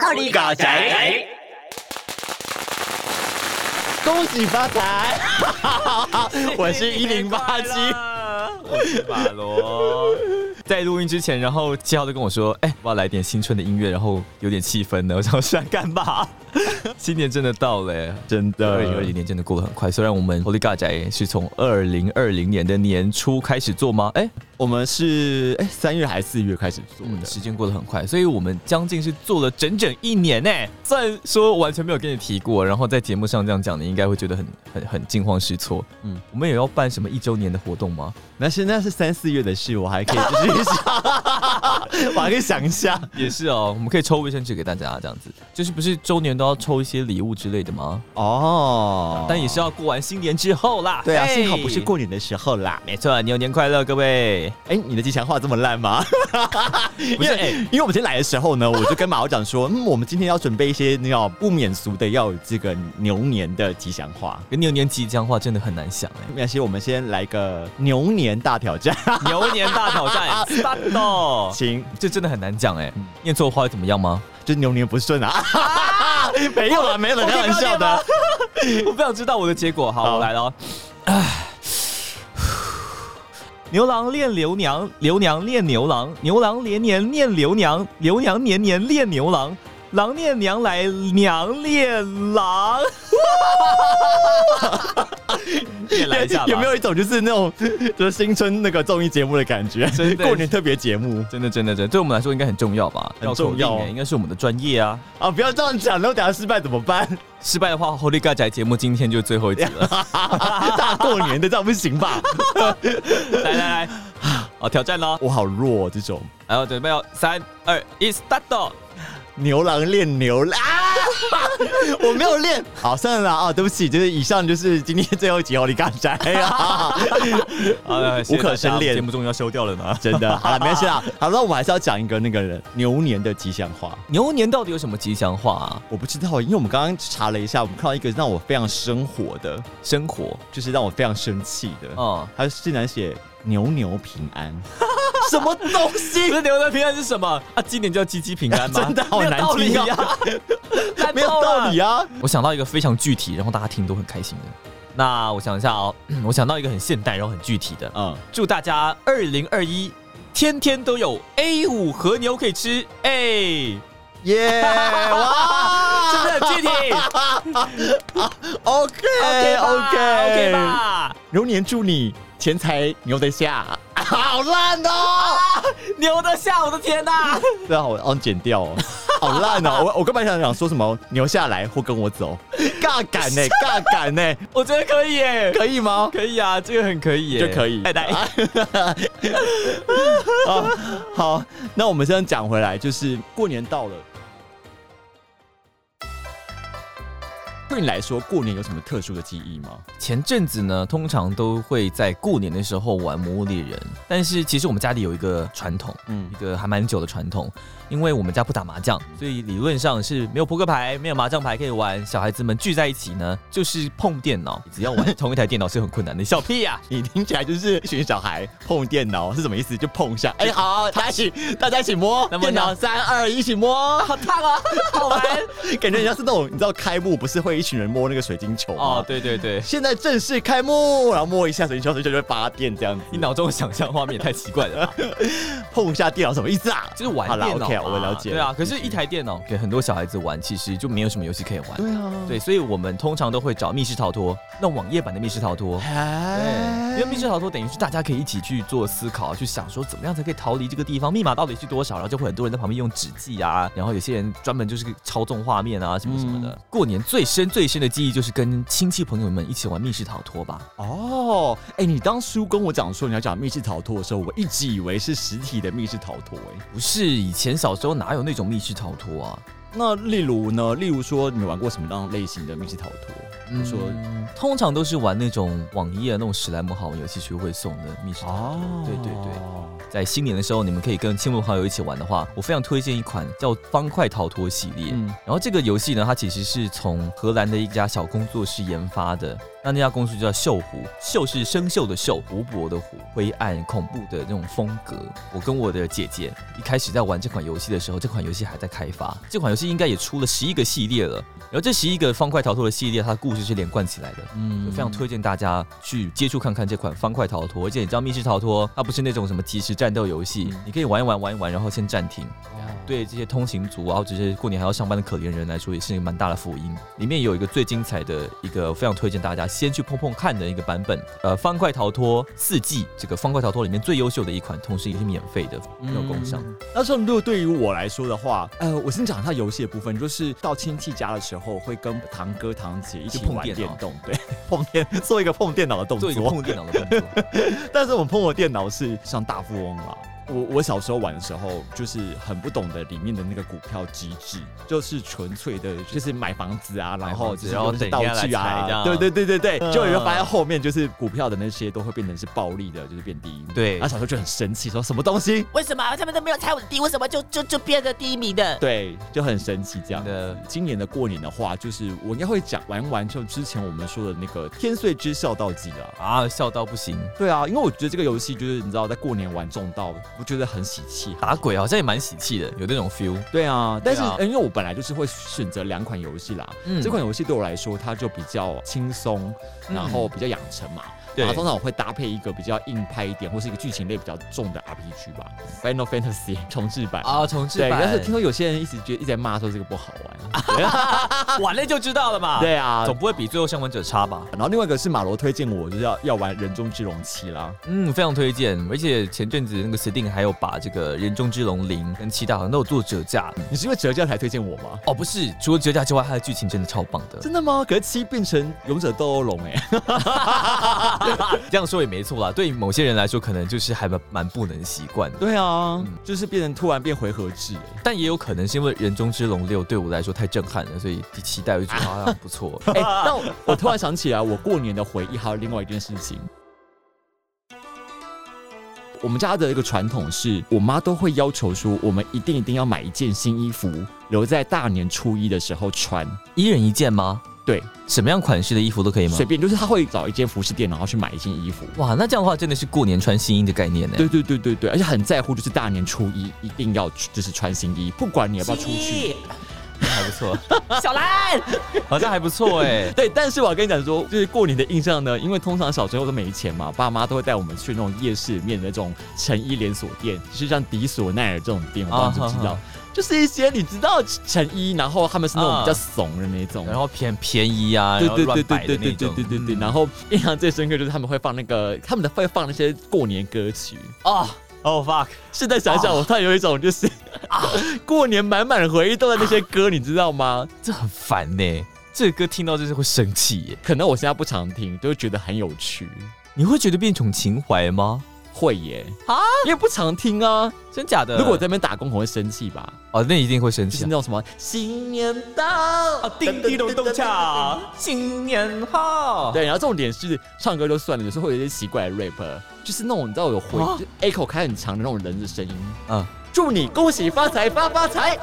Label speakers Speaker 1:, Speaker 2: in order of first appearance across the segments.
Speaker 1: コリ搞宅。
Speaker 2: 恭喜发财！ 我是一零八七，
Speaker 3: 我是马罗。在录音之前，然后七号就跟我说：“哎、我要来点新春的音乐，然后有点气氛的。”我想说 干嘛？新年真的到了、哎
Speaker 2: 真
Speaker 3: 二零二
Speaker 2: 的
Speaker 3: 零。年真的过得很快，虽然我们 Holy g a 宅是从二零二零年的年初开始做吗？哎、
Speaker 2: 我们是哎三月还是四月开始做
Speaker 3: 嗯，
Speaker 2: 的？
Speaker 3: 时间过得很快，所以我们将近是做了整整一年呢。虽然说完全没有跟你提过，然后在节目上这样讲，你应该会觉得很很很惊慌失措。嗯
Speaker 2: 嗯，
Speaker 3: 我们有要办什么一周年的活动吗？
Speaker 2: 那是那是三四月的事，我还可以就是 我还可以想一下。
Speaker 3: 也是哦，我们可以抽卫生纸给大家，这样子，就是不是周年都要抽一些礼物之类的吗？
Speaker 2: 哦，
Speaker 3: 但也是要过完新年之后啦。
Speaker 2: 对啊，
Speaker 3: 嘿
Speaker 2: 幸好不是。过年的时候啦。
Speaker 3: 没错，牛年快乐，各位！
Speaker 2: 哎，你的吉祥话这么烂吗？
Speaker 3: 不是，哎、
Speaker 2: 因为我们今天来的时候呢，我就跟马老讲说， 嗯，我们今天要准备一些那种不免俗的，要有这个牛年的吉祥话。
Speaker 3: 跟牛年吉祥话真的很难想 哎、
Speaker 2: 没关系，我们先来个牛年大挑战，
Speaker 3: 牛年大挑战，start！
Speaker 2: 行，
Speaker 3: 这真的很难讲哎、
Speaker 2: 嗯
Speaker 3: 念错话会怎么样吗？
Speaker 2: 就牛年不顺啊。 没有啊，没有啦，
Speaker 3: 我
Speaker 2: 开玩笑的。
Speaker 3: 我不想知道我的结果。好，
Speaker 2: 好
Speaker 3: 我来了哦。唉牛郎恋刘娘，刘娘恋牛郎，牛郎连年念刘娘，刘娘年年恋牛郎，郎念娘来，娘恋 郎。你也来一下吧
Speaker 2: 有没有一种就是那种 就是新春那个综艺节目的感觉
Speaker 3: 真，的
Speaker 2: 过年特别节目
Speaker 3: 真的真的真的，对我们来说应该很重要吧？
Speaker 2: 很重要
Speaker 3: 绕口令欸应该是我们的专业啊。
Speaker 2: 啊？不要这样讲，然后等下失败怎么办？
Speaker 3: 失败的话，Holy God 宅节目今天就最后一集了。
Speaker 2: 大过年的这样不行吧？
Speaker 3: 来来来，好挑战喽！
Speaker 2: 我好弱、哦、这种
Speaker 3: 然后准备哦，三二一，start！哦
Speaker 2: 牛郎恋牛郎。啊 我没有练，好，算了啦啊，对不起，就是以上就是今天最后一集哦，你啊干 啥呀？
Speaker 3: 好了，
Speaker 2: 无可申恋
Speaker 3: 节目终于要收掉了 呢。
Speaker 2: 真的，好了，没关系啦。好了，我们还是要讲一个那个人牛年的吉祥话。
Speaker 3: 牛年到底有什么吉祥话、啊？
Speaker 2: 我不知道，因为我们刚刚查了一下，我们看到一个让我非常生火的，
Speaker 3: 生活，
Speaker 2: 就是让我非常生气的。
Speaker 3: 嗯，
Speaker 2: 他竟然写牛牛平安，什么东 西
Speaker 3: 不？是牛的平安是什么啊？今年叫鸡鸡平安吗？
Speaker 2: 真的好难
Speaker 3: 没有道
Speaker 2: 听
Speaker 3: 理
Speaker 2: 啊
Speaker 3: 啊，
Speaker 2: 没有道理
Speaker 3: 啊！
Speaker 2: 啊！
Speaker 3: 我想到一个非常具体，然后大家听都很开心的。那我想一下哦， 我想到一个很现代，然后很具体的，
Speaker 2: 嗯，
Speaker 3: 祝大家二零二一天天都有 A 五和牛可以吃，哎、
Speaker 2: 耶，
Speaker 3: 是不
Speaker 2: 哇
Speaker 3: 是很具体哎
Speaker 2: ，OK
Speaker 3: ？OK 吧 OK 吧，
Speaker 2: 牛年祝你钱财牛 得下，好烂
Speaker 3: 啊
Speaker 2: 哦！
Speaker 3: 牛的下，我的天呐、
Speaker 2: 对啊，我要剪掉哦，好烂哦！我我根本想想说什么牛下来或跟 我走，尬感呢、尬感呢、欸
Speaker 3: 我觉得可以耶、
Speaker 2: 可以吗？
Speaker 3: 可以啊，这个很可以耶，
Speaker 2: 就可以
Speaker 3: 太太，
Speaker 2: 啊，好，那我们现在讲回来，就是过年到了，对你来说，过年有什么特殊的记忆吗？
Speaker 3: 前阵子呢，通常都会在过年的时候玩《魔物猎人》，但是其实我们家里有一个传统，
Speaker 2: 嗯
Speaker 3: 一个还蛮久的传统，因为我们家不打麻将，所以理论上是没有扑克牌、没有麻将牌可以玩。小孩子们聚在一起呢，就是碰电脑，只要玩同一台电脑是很困难的。你笑屁啊呀、
Speaker 2: 你听起来就是一群小孩碰电脑是什么意思？就碰一下，哎、好，大家一起，大家一起摸
Speaker 3: 那么
Speaker 2: 电脑，
Speaker 3: 呢
Speaker 2: 三二一，一起摸，
Speaker 3: 好烫啊，好玩
Speaker 2: 感觉人家是那种，你知道开幕不是会一群人摸那个水晶球 吗？
Speaker 3: 哦！对对对，
Speaker 2: 现在正式开幕，然后摸一下水晶球，水晶球就会发电这样子。
Speaker 3: 你脑中想象画面也太奇怪了吧？
Speaker 2: 碰一下电脑什么意思啊？
Speaker 3: 就是玩
Speaker 2: 好啦
Speaker 3: 电脑嘛
Speaker 2: OK，我了解了
Speaker 3: 对啊，可是，一台电脑给很多小孩子玩，其实就没有什么游戏可以玩。
Speaker 2: 对啊，
Speaker 3: 对，所以我们通常都会找密室逃脱，那网页版的密室逃
Speaker 2: 啊
Speaker 3: 脱。对，
Speaker 2: 哎
Speaker 3: 因为密室逃脱等于是大家可以一起去做思考，去想说怎么样才可以逃离这个地方，密码到底是多少，然后就会很多人在旁边用纸记啊，然后有些人专门就是操纵画面啊什么什么的。过年最深最深的记忆就是跟亲戚朋友们一起玩密室逃脱吧。
Speaker 2: 哦，哎、你当初跟我讲说你要讲密室逃脱的时候，我一直以为是实体的密室逃脱、哎，
Speaker 3: 不是以前小时候哪有那种密室逃脱啊？
Speaker 2: 那例如呢？例如说，你玩过什么样类型的密室逃脱？比如说，
Speaker 3: 嗯通常都是玩那种网页那种史莱姆好玩游戏区会送的密室逃脱。
Speaker 2: 哦
Speaker 3: 对对对。在新年的时候，你们可以跟亲朋好友一起玩的话，我非常推荐一款叫《方块逃脱》系列。
Speaker 2: 嗯
Speaker 3: 然后这个游戏呢，它其实是从荷兰的一家小工作室研发的。那那家公司就叫锈湖，锈是生锈的锈，湖泊的湖，灰暗恐怖的那种风格。我跟我的姐姐一开始在玩这款游戏的时候，这款游戏还在开发，这款游戏应该也出了十一个系列了。然后这十一个方块逃脱的系列，它的故事是连贯起来的，嗯，非常推荐大家去接触看看这款方块逃脱。而且你知道密室逃脱，它不是那种什么即时战斗游戏，
Speaker 2: 嗯
Speaker 3: 你可以玩一玩玩一玩，然后先暂停。
Speaker 2: 哦
Speaker 3: 对这些通勤族啊，或者是过年还要上班的可怜人来说，也是蛮大的福音。里面有一个最精彩的一个，非常推荐大家先去碰碰看的一个版本，呃，方块逃脱四季，这个方块逃脱里面最优秀的一款，同时也是免费的，没有
Speaker 2: 嗯
Speaker 3: 工伤。
Speaker 2: 那像如果对于我来说的话，呃，我先讲一下游戏的部分，就是到亲戚家的时候，会跟堂哥堂姐一起
Speaker 3: 就碰
Speaker 2: 玩
Speaker 3: 电
Speaker 2: 电
Speaker 3: 脑
Speaker 2: 动，对。
Speaker 4: 碰电做一个碰电脑的动
Speaker 3: 做一个
Speaker 4: 作，
Speaker 3: 碰电脑的动作，
Speaker 4: 但是我们碰我电脑是
Speaker 2: 像大富翁啦。我我小时候玩的时候，就是很不懂得里面的那个股票机制，就是纯粹的，就是买房子啊，然后就是
Speaker 3: 然后
Speaker 2: 用一
Speaker 3: 等
Speaker 2: 些道
Speaker 3: 人家来
Speaker 2: 具
Speaker 3: 猜这
Speaker 2: 啊，
Speaker 3: 样
Speaker 2: 对对对对对，
Speaker 4: 嗯
Speaker 2: 就你会发现后面就是股票的那些都会变成是暴利的，就是变第一名。
Speaker 3: 对
Speaker 2: 然后小时候就很生气，说什么东西？
Speaker 1: 为什么他们都没有猜我的第一？为什么就就就变成第一名的？
Speaker 2: 对，就很神奇这样
Speaker 3: 真的。
Speaker 2: 今年的过年的话，就是我应该会讲玩完就之前我们说的那个《天岁之孝道记》啦。
Speaker 3: 啊，笑到不行。
Speaker 2: 对啊，因为我觉得这个游戏就是你知道，在过年玩中到，我觉得很喜气，
Speaker 3: 打鬼好像也蛮喜气的，有那种 feel。
Speaker 2: 对啊，但是、
Speaker 3: 对啊
Speaker 2: 呃因为我本来就是会选择两款游戏啦，
Speaker 3: 嗯
Speaker 2: 这款游戏对我来说它就比较轻松，
Speaker 3: 嗯
Speaker 2: 然后比较养成嘛。
Speaker 3: 对
Speaker 2: 然后通常我会搭配一个比较硬派一点，或是一个剧情类比较重的 RPG 吧，《Final Fantasy》重 置版。
Speaker 3: 啊，重置
Speaker 2: 对，
Speaker 3: 版，
Speaker 2: 但是听说有些人一直觉得一直在骂说这个不好 玩。对啊
Speaker 3: 玩了就知道了嘛。
Speaker 2: 对啊
Speaker 3: 总。不会比最后生还者差吧？
Speaker 2: 然后另外一个是马罗推荐我，就是要要玩《人中之龙七》啦。
Speaker 3: 嗯，非常推荐。而且前阵子那个 Steam 还有把这个《人中之龙零》跟七大好像都有做折价。
Speaker 2: 你是因为折价才推荐我吗？
Speaker 3: 哦，不是，除了折价之外，它的剧情真的超棒的。
Speaker 2: 真的吗？可是七变成勇者斗恶龙哎、
Speaker 3: 这样说也没错啦，对于某些人来说，可能就是还蛮蛮不能习惯 的。
Speaker 2: 对啊，就是变成突然变回合制哎、
Speaker 3: 但也有可能是因为《人中之龙六》对我来说太震撼了，所以第七代我就觉得啊不错。
Speaker 2: 哎、但我我突然想起来，我过年的回忆还有另外一件事情。我们家的一个传统是，我妈都会要求说，我们一定一定要买一件新衣服，留在大年初一的时候穿。
Speaker 3: 一人一件吗？
Speaker 2: 对，
Speaker 3: 什么样款式的衣服都可以吗
Speaker 2: 随？便就是她会找一间服饰店，然后去买一件衣服。
Speaker 3: 哇，那这样的话真的是过年穿新衣的概念呢。
Speaker 2: 对对对对对，而且很在乎，就是大年初一一定要就是穿新衣，不管你要不要出去。
Speaker 1: 七，
Speaker 3: 还不错，
Speaker 1: 小兰，
Speaker 3: 好像还不错哎。
Speaker 2: 对，但是我要跟你讲说，就是过年的印象呢，因为通常小时候都没钱嘛，爸妈都会带我们去那种夜市里面的那种成衣连锁店，就是像迪索奈尔这种店，我
Speaker 3: 啊
Speaker 2: 当时知
Speaker 3: 哈
Speaker 2: 道，
Speaker 3: 哈
Speaker 2: 就是一些你知道成衣，然后他们是那种
Speaker 3: 啊
Speaker 2: 比较怂的那种。
Speaker 3: 然后偏便宜啊，
Speaker 2: 对
Speaker 3: 然后
Speaker 2: 对
Speaker 3: 乱
Speaker 2: 对
Speaker 3: 摆
Speaker 2: 对
Speaker 3: 的
Speaker 2: 对
Speaker 3: 那
Speaker 2: 对对
Speaker 3: 种。嗯
Speaker 2: 对对对，然后印象最深刻就是他们会放那个，他们的会放那些过年歌曲。
Speaker 3: 哦哦 fuck，
Speaker 2: 现在想
Speaker 3: 啊
Speaker 2: 想，我突然有一种就是 过年满满的回忆都在那些歌，你知道吗？
Speaker 3: 这很烦呢。这个歌听到真是会生气耶。
Speaker 2: 可能我现在不常听，就会觉得很有趣。
Speaker 3: 你会觉得变成情怀吗？
Speaker 2: 会耶
Speaker 1: 啊，
Speaker 2: 因为不常听啊。
Speaker 3: 真假的？
Speaker 2: 如果我在那边打工，我会生气吧？
Speaker 3: 哦，那一定会生
Speaker 2: 就
Speaker 3: 气
Speaker 2: 是那
Speaker 3: 呃啊。
Speaker 2: 种什么新年到，
Speaker 3: 叮叮咚咚锵， 新年好。
Speaker 2: 对，然后重点是唱歌就算了，有时候会有一些奇怪的 rap，就是那种你知道有回、
Speaker 3: 啊
Speaker 2: 就是 echo 开很长的那种人的声音。
Speaker 3: 嗯，
Speaker 2: 祝你恭喜发财发 发财，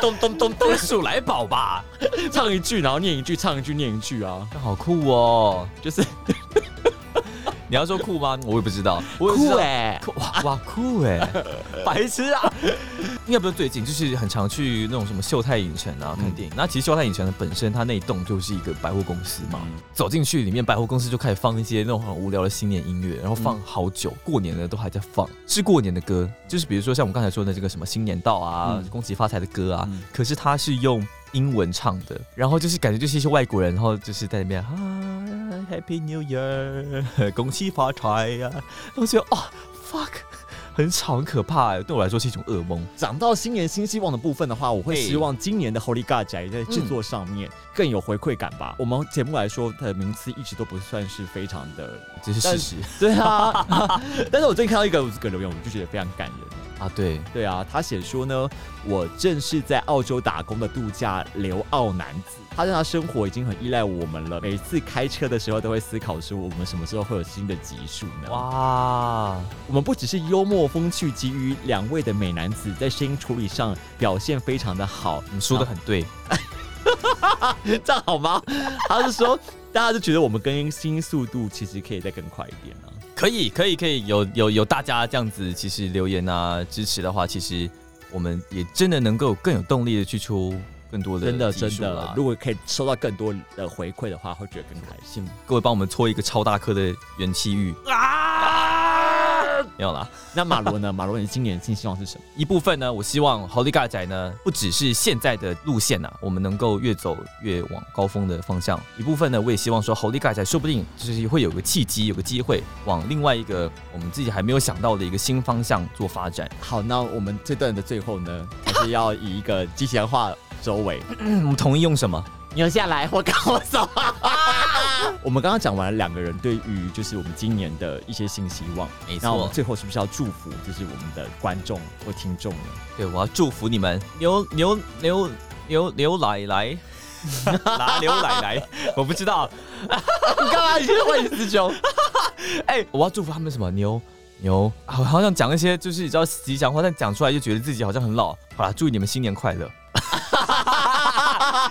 Speaker 2: 咚咚咚咚
Speaker 3: 都
Speaker 2: 咚
Speaker 3: 是鼠来宝吧？
Speaker 2: 咚，唱一句然后念一句，唱一句念一句啊，
Speaker 3: 好酷哦！
Speaker 2: 就是
Speaker 3: 你要说酷吗？我也不知道。我也不知啊道
Speaker 2: 酷哎、
Speaker 3: 酷哇哇酷哎、白痴啊！应该不是最近，就是很常去那种什么秀泰影城啊
Speaker 2: 嗯
Speaker 3: 看电影。那其实秀泰影城的本身它那一栋就是一个百货公司嘛，
Speaker 2: 嗯
Speaker 3: 走进去里面百货公司就开始放一些那种很无聊的新年音乐，然后
Speaker 2: 嗯
Speaker 3: 放好久，过年的都还在放，是过年的歌，就是比如说像我们刚才说的这个什么新年到啊、
Speaker 2: 嗯
Speaker 3: 恭喜发财的歌啊，
Speaker 2: 嗯
Speaker 3: 可是它是用。英文唱的，然后就是感觉就是一些外国人，然后就是在那边啊，Happy New Year，恭 喜发财呀、啊，我觉得哦，fuck，很吵，很可怕哎，对我来说是一种噩梦。
Speaker 2: 讲到新年新希望的部分的话，我会
Speaker 3: 哎
Speaker 2: 希望今年的 Holy God 宅在制作上面更有回馈感吧。我们节目来说，它的名次一直都不算是非常的
Speaker 3: 这是事实
Speaker 2: 对啊， 但是我最近看到一个这个留言，我就觉得非常感人。
Speaker 3: 啊，对，
Speaker 2: 对啊，他写说呢，我正是在澳洲打工的度假留澳男子，他让他生活已经很依赖我们了。每次开车的时候都会思考说，我们什么时候会有新的集数呢？哇，
Speaker 3: 哇，
Speaker 2: 我们不只是幽默风趣给予两位的美男子在声音处理上表现非常的好，嗯
Speaker 3: 你说的很对，
Speaker 2: 这样好吗？他是说。大家就觉得我们更新速度其实可以再更快一点啊。
Speaker 3: 可以，可以，可以，有有有大家这样子，其实留言啊支持的话，其实我们也真的能够更有动力的去出更多的
Speaker 2: 真的
Speaker 3: 集数
Speaker 2: 真的
Speaker 3: 啦，
Speaker 2: 如果可以收到更多的回馈的话，会觉得更开心。
Speaker 3: 请 各位帮我们搓一个超大颗的元气玉啊！
Speaker 2: 啊
Speaker 3: 没有啦，
Speaker 2: 那马罗呢？马罗，你今年的新希望是什么？
Speaker 3: 一部分呢，我希望 Holy g a 仔呢，不只是现在的路线呐、我们能够越走越往高峰的方向；一部分呢，我也希望说 Holy g a 仔说不定就是会有个契机，有个机会往另外一个我们自己还没有想到的一个新方向做发展。
Speaker 2: 好，那我们这段的最后呢，还是要以一个吉祥话收尾。
Speaker 3: 嗯，我们同意用什么？
Speaker 4: 留下来，我赶我走。
Speaker 2: 我们刚刚讲完了两个人对于就是我们今年的一些新希望，
Speaker 3: 没
Speaker 2: 那我们最后是不是要祝福就是我们的观众或听众呢？
Speaker 3: 对，哎我要祝福你们，牛牛牛牛牛奶 奶，拿牛奶 奶，我不知道。
Speaker 2: 你干嘛？你现在问你师兄？
Speaker 3: 哎、我要祝福他们什么牛牛，好好想讲一些就是你知道吉祥话，但讲出来就觉得自己好像很老。好啦，祝你们新年快 乐，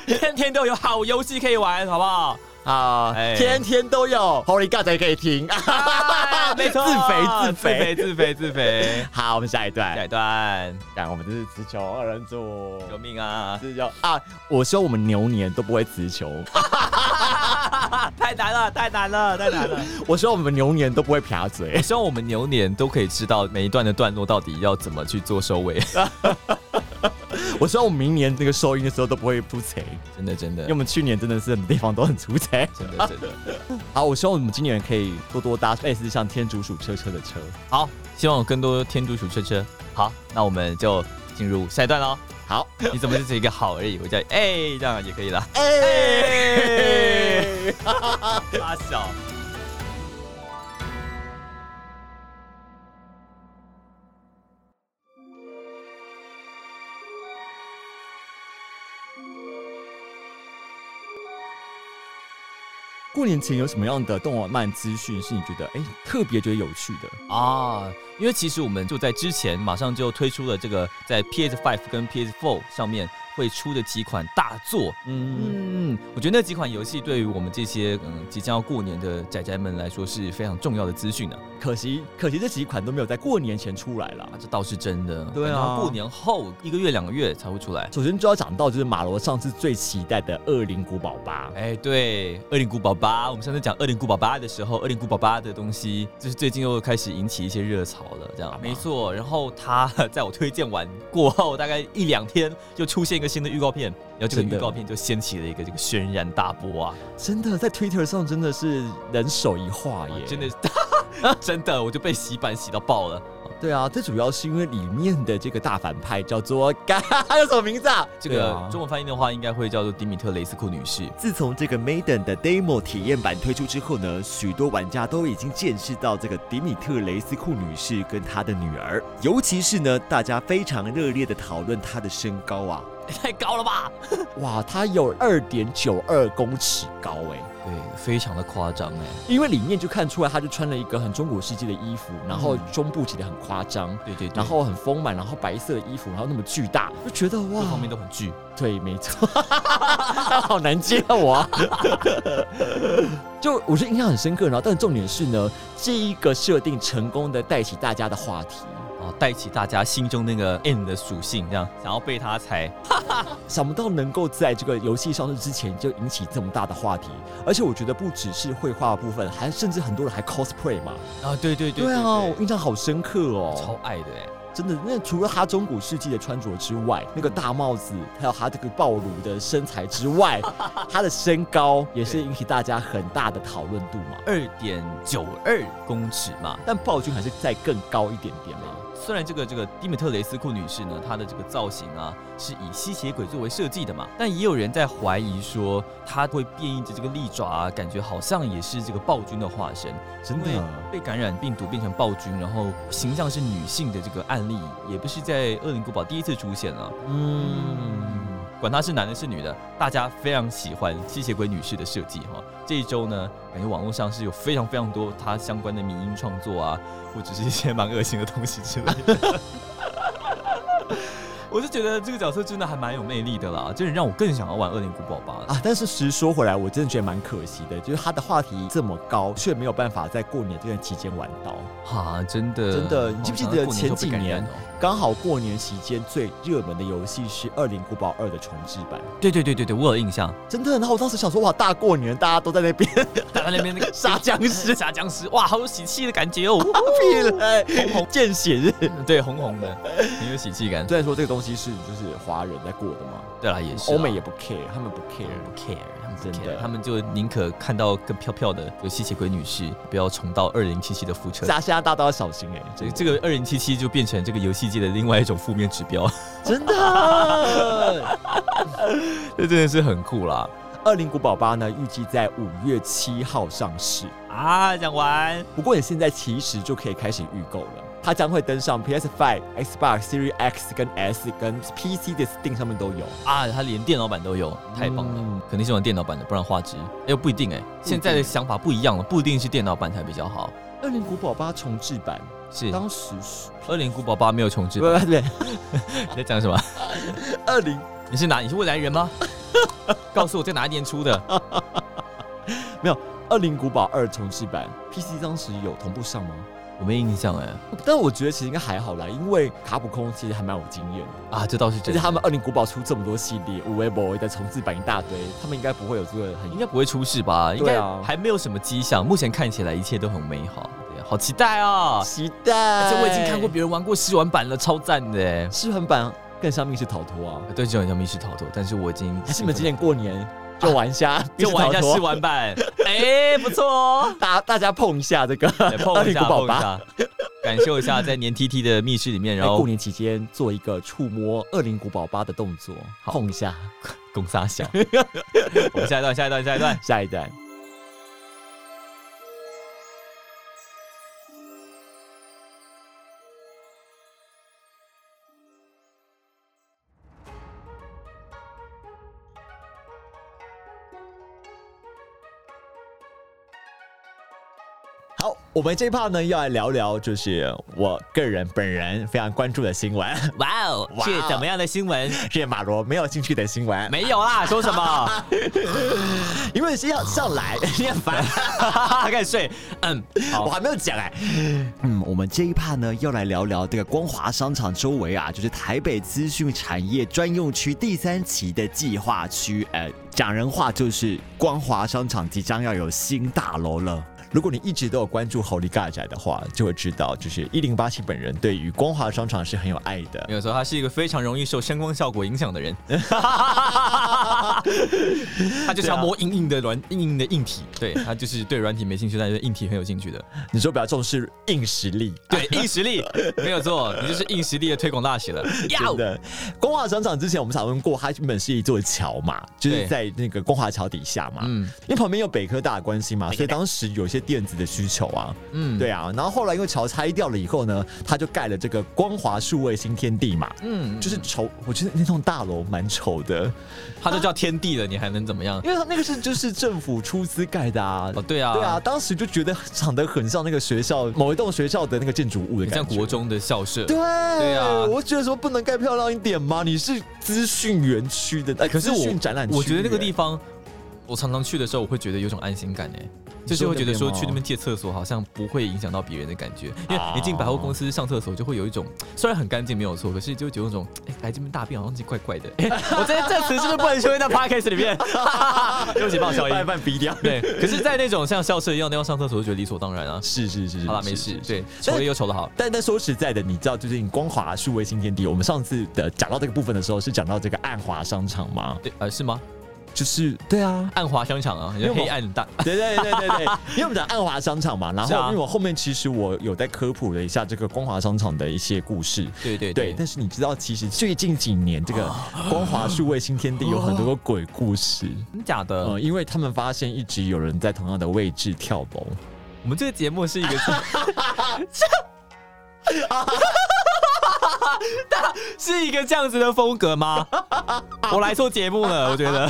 Speaker 3: 天天都有好游戏可以玩，好不好？
Speaker 4: 好，
Speaker 3: 哎
Speaker 4: 天天都有 Holy God 才可以听。
Speaker 3: 啊没错，
Speaker 4: 自肥自肥
Speaker 3: 自肥自肥自肥。
Speaker 4: 好，我们下一段
Speaker 3: 下，一段，
Speaker 4: 来，我们这是直球二人组。
Speaker 3: 救命啊！
Speaker 4: 直球
Speaker 2: 啊，我说我们牛年都不会 辞球，
Speaker 3: 太难了，太难了，太难了。
Speaker 2: 我说我们牛年都不会撇嘴
Speaker 3: 我。希望我们牛年都可以知道每一段的段落到底要怎么去做收尾。
Speaker 2: 我希望我们明年那个收音的时候都不会出贼，
Speaker 3: 真的，真的
Speaker 2: 因为我，们去年真的是很多地方都很出 贼。
Speaker 3: 真的，真的。
Speaker 2: 好，我希望我们今年可以多多搭类似像天竺鼠车车的车。
Speaker 3: 好，希望有更多天竺鼠车车。好，那我们就进入下一段喽。
Speaker 2: 好，
Speaker 3: 你怎么就只是一个好而已？我叫哎、这样也可以了。
Speaker 4: 哎，
Speaker 3: 阿小，
Speaker 2: 过年前有什么样的动漫资讯是你觉得哎、特别觉得有趣的？
Speaker 3: 啊，因为其实我们就在之前马上就推出了这个在 PS Five 跟 PS Four 上面会出的几款大作。
Speaker 2: 嗯，
Speaker 3: 嗯，我觉得那几款游戏对于我们这些嗯即将要过年的仔仔们来说是非常重要的资讯啊呢、
Speaker 2: 可惜可惜这几款都没有在过年前出来啦
Speaker 3: 啊。。这倒是真的，
Speaker 2: 对
Speaker 3: 可能
Speaker 2: 啊
Speaker 3: 要过年后一个月两个月才会出来。
Speaker 2: 首先就要讲到就是马罗上次最期待的《恶灵古堡八》，
Speaker 3: 哎，对，恶灵古堡八，我们上次讲恶灵古堡八的时候，恶灵古堡八的东西，就是最近又开始引起一些热潮了，这
Speaker 2: 啊
Speaker 3: 样。没错，然后它在我推荐完过后，大概一两天就出现一个新的预告片，然后这个
Speaker 2: 真的
Speaker 3: 预告片就掀起了一个这个轩然大波啊！
Speaker 2: 真的在 Twitter 上真的是人手一画耶、
Speaker 3: 真的， 真的，我就被洗版洗到爆了。
Speaker 2: 对啊，最主要是因为里面的这个大反派叫做 干，他叫什么名字啊？
Speaker 3: 这
Speaker 2: 对
Speaker 3: 个
Speaker 2: 啊
Speaker 3: 中文翻译的话，应该会叫做迪米特雷斯库女 士。
Speaker 5: 自从这个 Maiden 的 demo 体验版推出之后呢，许多玩家都已经见识到这个迪米特雷斯库女士跟她的女儿，尤其是呢，大家非常热烈的讨论她的身高啊。
Speaker 3: 太高了吧？
Speaker 2: 哇，他有二点九二公尺高哎、
Speaker 3: 对，非常的夸张哎、
Speaker 2: 因为里面就看出来，他就穿了一个很中古世纪的衣服，然
Speaker 5: 嗯
Speaker 2: 后胸部起得很夸张，
Speaker 3: 对对对，
Speaker 2: 然后很丰满，然后白色的衣服，然后那么巨大，就觉得
Speaker 3: 各
Speaker 2: 哇，
Speaker 3: 方面都很巨。
Speaker 2: 对，没错， 好难接啊我啊。 就我是印象很深刻，然后但重点是呢，这一个设定成功的带起大家的话题，
Speaker 3: 哦，带起大家心中那个 N 的属性，这样想要被他踩。
Speaker 2: 想不到能够在这个游戏上市之前就引起这么大的话题，而且我觉得不只是绘画部分，还甚至很多人还 cosplay 嘛。
Speaker 3: 啊，对对对
Speaker 2: 啊，我印象好深刻
Speaker 3: 超
Speaker 2: 哦，
Speaker 3: 爱的哎，
Speaker 2: 真的。那除了他中古世纪的穿着之外，那个大帽子，还有他这个暴乳的身材之外，他的身高也是引起大家很大的讨论度嘛。
Speaker 3: 二点九二公尺嘛。
Speaker 2: 但暴君还是再更高一点点嘛。
Speaker 3: 虽然这个这个迪米特雷斯库女士呢，她的这个造型啊是以吸血鬼作为设计的嘛，但也有人在怀疑说她会变异的这个利爪啊，感觉好像也是这个暴君的化身，
Speaker 2: 真的
Speaker 3: 因为被感染病毒变成暴君，然后形象是女性的这个案例，也不是在恶灵古堡第一次出现啊了。
Speaker 2: 嗯，
Speaker 3: 管他是男的是女的，大家非常喜欢吸血鬼女士的设计哈。这一周呢，感觉网络上是有非常非常多她相关的迷音创作啊，或者是一些蛮恶心的东西之类的。 我是觉得这个角色真的还蛮有魅力的啦，真的让我更想要玩《恶灵古堡八》了。
Speaker 2: 啊，但是实说回来，我真的觉得蛮可惜的，就是它的话题这么高，却没有办法在过年这段期间玩到。
Speaker 3: 哈，啊真的，
Speaker 2: 真的你记不记得
Speaker 3: 哦好像过
Speaker 2: 前
Speaker 3: 时候被
Speaker 2: 几
Speaker 3: 感染
Speaker 2: 年
Speaker 3: 哦？
Speaker 2: 刚好过年期间最热门的游戏是《二零古堡二》的重置版，
Speaker 3: 对对对对对，我有印象，
Speaker 2: 真的。然后我当时想说，哇，大过年大家都在那边
Speaker 3: 打到那边那 个
Speaker 2: 杀僵尸，
Speaker 3: 杀僵尸，哇，好有喜气的感觉 哦。
Speaker 2: 屁嘞，见血日。
Speaker 3: 对，红红的，很有喜气感。
Speaker 2: 虽然说这个东西是就是华人在过的嘛，
Speaker 3: 对啦，也是啦
Speaker 2: 欧美也不 care，他们不 care。
Speaker 3: 不 care，他们不
Speaker 2: 真的
Speaker 3: care，他们啊就宁可看到更飘飘的有吸血鬼女士，不要重蹈二零七七的覆 辙。
Speaker 2: 大家现在大家都要小心哎、
Speaker 3: 这这个二零七七就变成这个游戏界的另外一种负面指标，
Speaker 2: 真的。
Speaker 3: 这真的是很酷啦！
Speaker 2: 《恶灵古堡八》呢，预计在五月七号上市。
Speaker 3: 啊，讲完，
Speaker 2: 不过你现在其实就可以开始预购了，它将会登上 PS5、Xbox Series X 跟 S 跟 PC 的 Steam 上面都有。
Speaker 3: 啊，他连电脑版都有，太棒了！
Speaker 2: 嗯
Speaker 3: 肯定是玩电脑版的，不然画质又不一定哎、现在的想法不一样了，不一定是电脑版才比较好。
Speaker 2: 《恶灵古堡八》重置版，
Speaker 3: 是《
Speaker 2: 当时是
Speaker 3: 二零古堡八》没有重置
Speaker 2: 不不
Speaker 3: 版，
Speaker 2: 不对，
Speaker 3: 你在讲什么？
Speaker 2: 二零
Speaker 3: 你是哪？你是未来人吗？告诉我在哪一年出的？
Speaker 2: 《恶灵古堡二》重置版 PC 当时有同步上吗？
Speaker 3: 我没印象哎、
Speaker 2: 但我觉得其实应该还好啦，因为卡普空其实还蛮有经验的，
Speaker 3: 啊，这倒是
Speaker 2: 就
Speaker 3: 真
Speaker 2: 是
Speaker 3: 的。
Speaker 2: 他们《恶灵古堡》出这么多系列，五 A 博的重置版一大堆，他们应该不会有这个很
Speaker 3: 应该不会出事吧？应该
Speaker 2: 对啊
Speaker 3: 还没有什么迹象，目前看起来一切都很美好，对好期待啊！
Speaker 2: 期待。
Speaker 3: 而且我已经看过别人玩过试玩版了，超赞的哎！
Speaker 2: 试玩版更像密室逃脱啊！
Speaker 3: 对，这种叫密室逃脱，但是我已经
Speaker 2: 还是你们今年过年 就玩一下密
Speaker 3: 就
Speaker 2: 室
Speaker 3: 玩
Speaker 2: 逃
Speaker 3: 一下试
Speaker 2: 脱，
Speaker 3: 玩 版，哎，不错哦，
Speaker 2: 大大家碰一下这个
Speaker 3: 来碰一下，
Speaker 2: 恶灵古堡
Speaker 3: 碰一下，感受一下在黏 T T 的密室里面，然
Speaker 2: 在
Speaker 3: 后
Speaker 2: 哎过年期间做一个触摸恶灵古堡八的动作，
Speaker 3: 好
Speaker 2: 碰一下。
Speaker 3: 拱撒 小。我们下一段，下一段，下一段。
Speaker 2: 下一代好，我们这一趴呢，要来聊聊，就是我个人本人非常关注的新闻，
Speaker 3: 哇哦，
Speaker 2: 哇哦
Speaker 3: 是怎么样的新闻？
Speaker 2: 是马罗没有兴趣的新闻。
Speaker 3: 没有啦，说什么？
Speaker 2: 因为是要上来， 你很烦，
Speaker 3: 开始睡。嗯，好，
Speaker 2: 我还没有讲哎、
Speaker 5: 嗯，我们这一趴呢，要来聊聊这个光华商场周围啊，就是台北资讯产业专用区第三期的计划区。呃，讲人话就是光华商场即将要有新大楼了。
Speaker 2: 如果你一直都有关注侯利尬仔的话，就会知道，就是一零八七本人对于光华商场是很有爱的。
Speaker 3: 没有错，他是一个非常容易受声光效果影响的 人，他就像摸硬硬的软硬硬的硬体，对 他就是对软体没兴趣，但是硬体很有兴趣的。
Speaker 2: 你说比较重视硬实力，
Speaker 3: 对硬实力没有错，你就是硬实力的推广大使了。
Speaker 2: 真的。光华商场之前我们讨论过，它原本是一座桥嘛，就
Speaker 3: 对
Speaker 2: 是在那个光华桥底下嘛，
Speaker 3: 嗯
Speaker 2: 因为旁边有北科大的关系嘛，所以当时有一些电子的需求啊，
Speaker 3: 嗯，
Speaker 2: 对啊。然后后来因为桥拆掉了以后呢，他就盖了这个光华数位新天地嘛。
Speaker 3: 嗯，
Speaker 2: 就是丑，我觉得那栋大楼蛮丑的，
Speaker 3: 他都叫天地了，你还能怎么样？
Speaker 2: 因为它那个是就是政府出资盖的啊，
Speaker 3: 哦，对啊，
Speaker 2: 对啊，，当时就觉得长得很像那个学校某一栋学校的那个建筑物的
Speaker 3: 很像
Speaker 2: 感觉。
Speaker 3: 国中的校舍。
Speaker 2: 对，对
Speaker 3: 啊
Speaker 2: 我觉得说不能盖漂亮一点吗？你是资讯园区的，呃
Speaker 3: 可是
Speaker 2: 资
Speaker 3: 我
Speaker 2: 讯展览区，
Speaker 3: 我觉得那个地方，我常常去的时候，我会觉得有种安心感哎、就是会觉得说去那边借厕所好像不会影响到别人的感觉，因为
Speaker 2: 啊
Speaker 3: 你进百货公司上厕所就会有一种虽然很干净没有错，可是就有一种哎、来这边大便好像是怪 怪的。哎我这这词是不是不能出现在 podcast 里面？ 对不起，帮我消音
Speaker 2: 半。半逼掉。
Speaker 3: 对，可是，在那种像校舍一样地方上厕所，就觉得理所当然啊。
Speaker 2: 是是是，是
Speaker 3: 好啦，没事，对，丑
Speaker 2: 但
Speaker 3: 也有丑的好。
Speaker 2: 但但说实在的，你知道最近光华数位新天地，我们上次的讲到这个部分的时候，是讲到这个暗华商场吗？
Speaker 3: 对，呃，是吗？
Speaker 2: 就是对啊，
Speaker 3: 暗华商场啊，有黑暗大，
Speaker 2: 对对对对对，因为我们讲暗华商场 嘛，然
Speaker 3: 是
Speaker 2: 后
Speaker 3: 啊
Speaker 2: 因为我后面其实我有在科普了一下这个光华商场的一些故事，
Speaker 3: 对对
Speaker 2: 对，但是你知道，其实最近几年这个
Speaker 3: 啊
Speaker 2: 光华数位新天地有很多个鬼故事，
Speaker 3: 真假的？
Speaker 2: 呃，因为他们发现一直有人在同样的位置跳楼。
Speaker 3: 我们这个节目是一个这，是一个这样子的风格吗？我来做节目了，我觉得，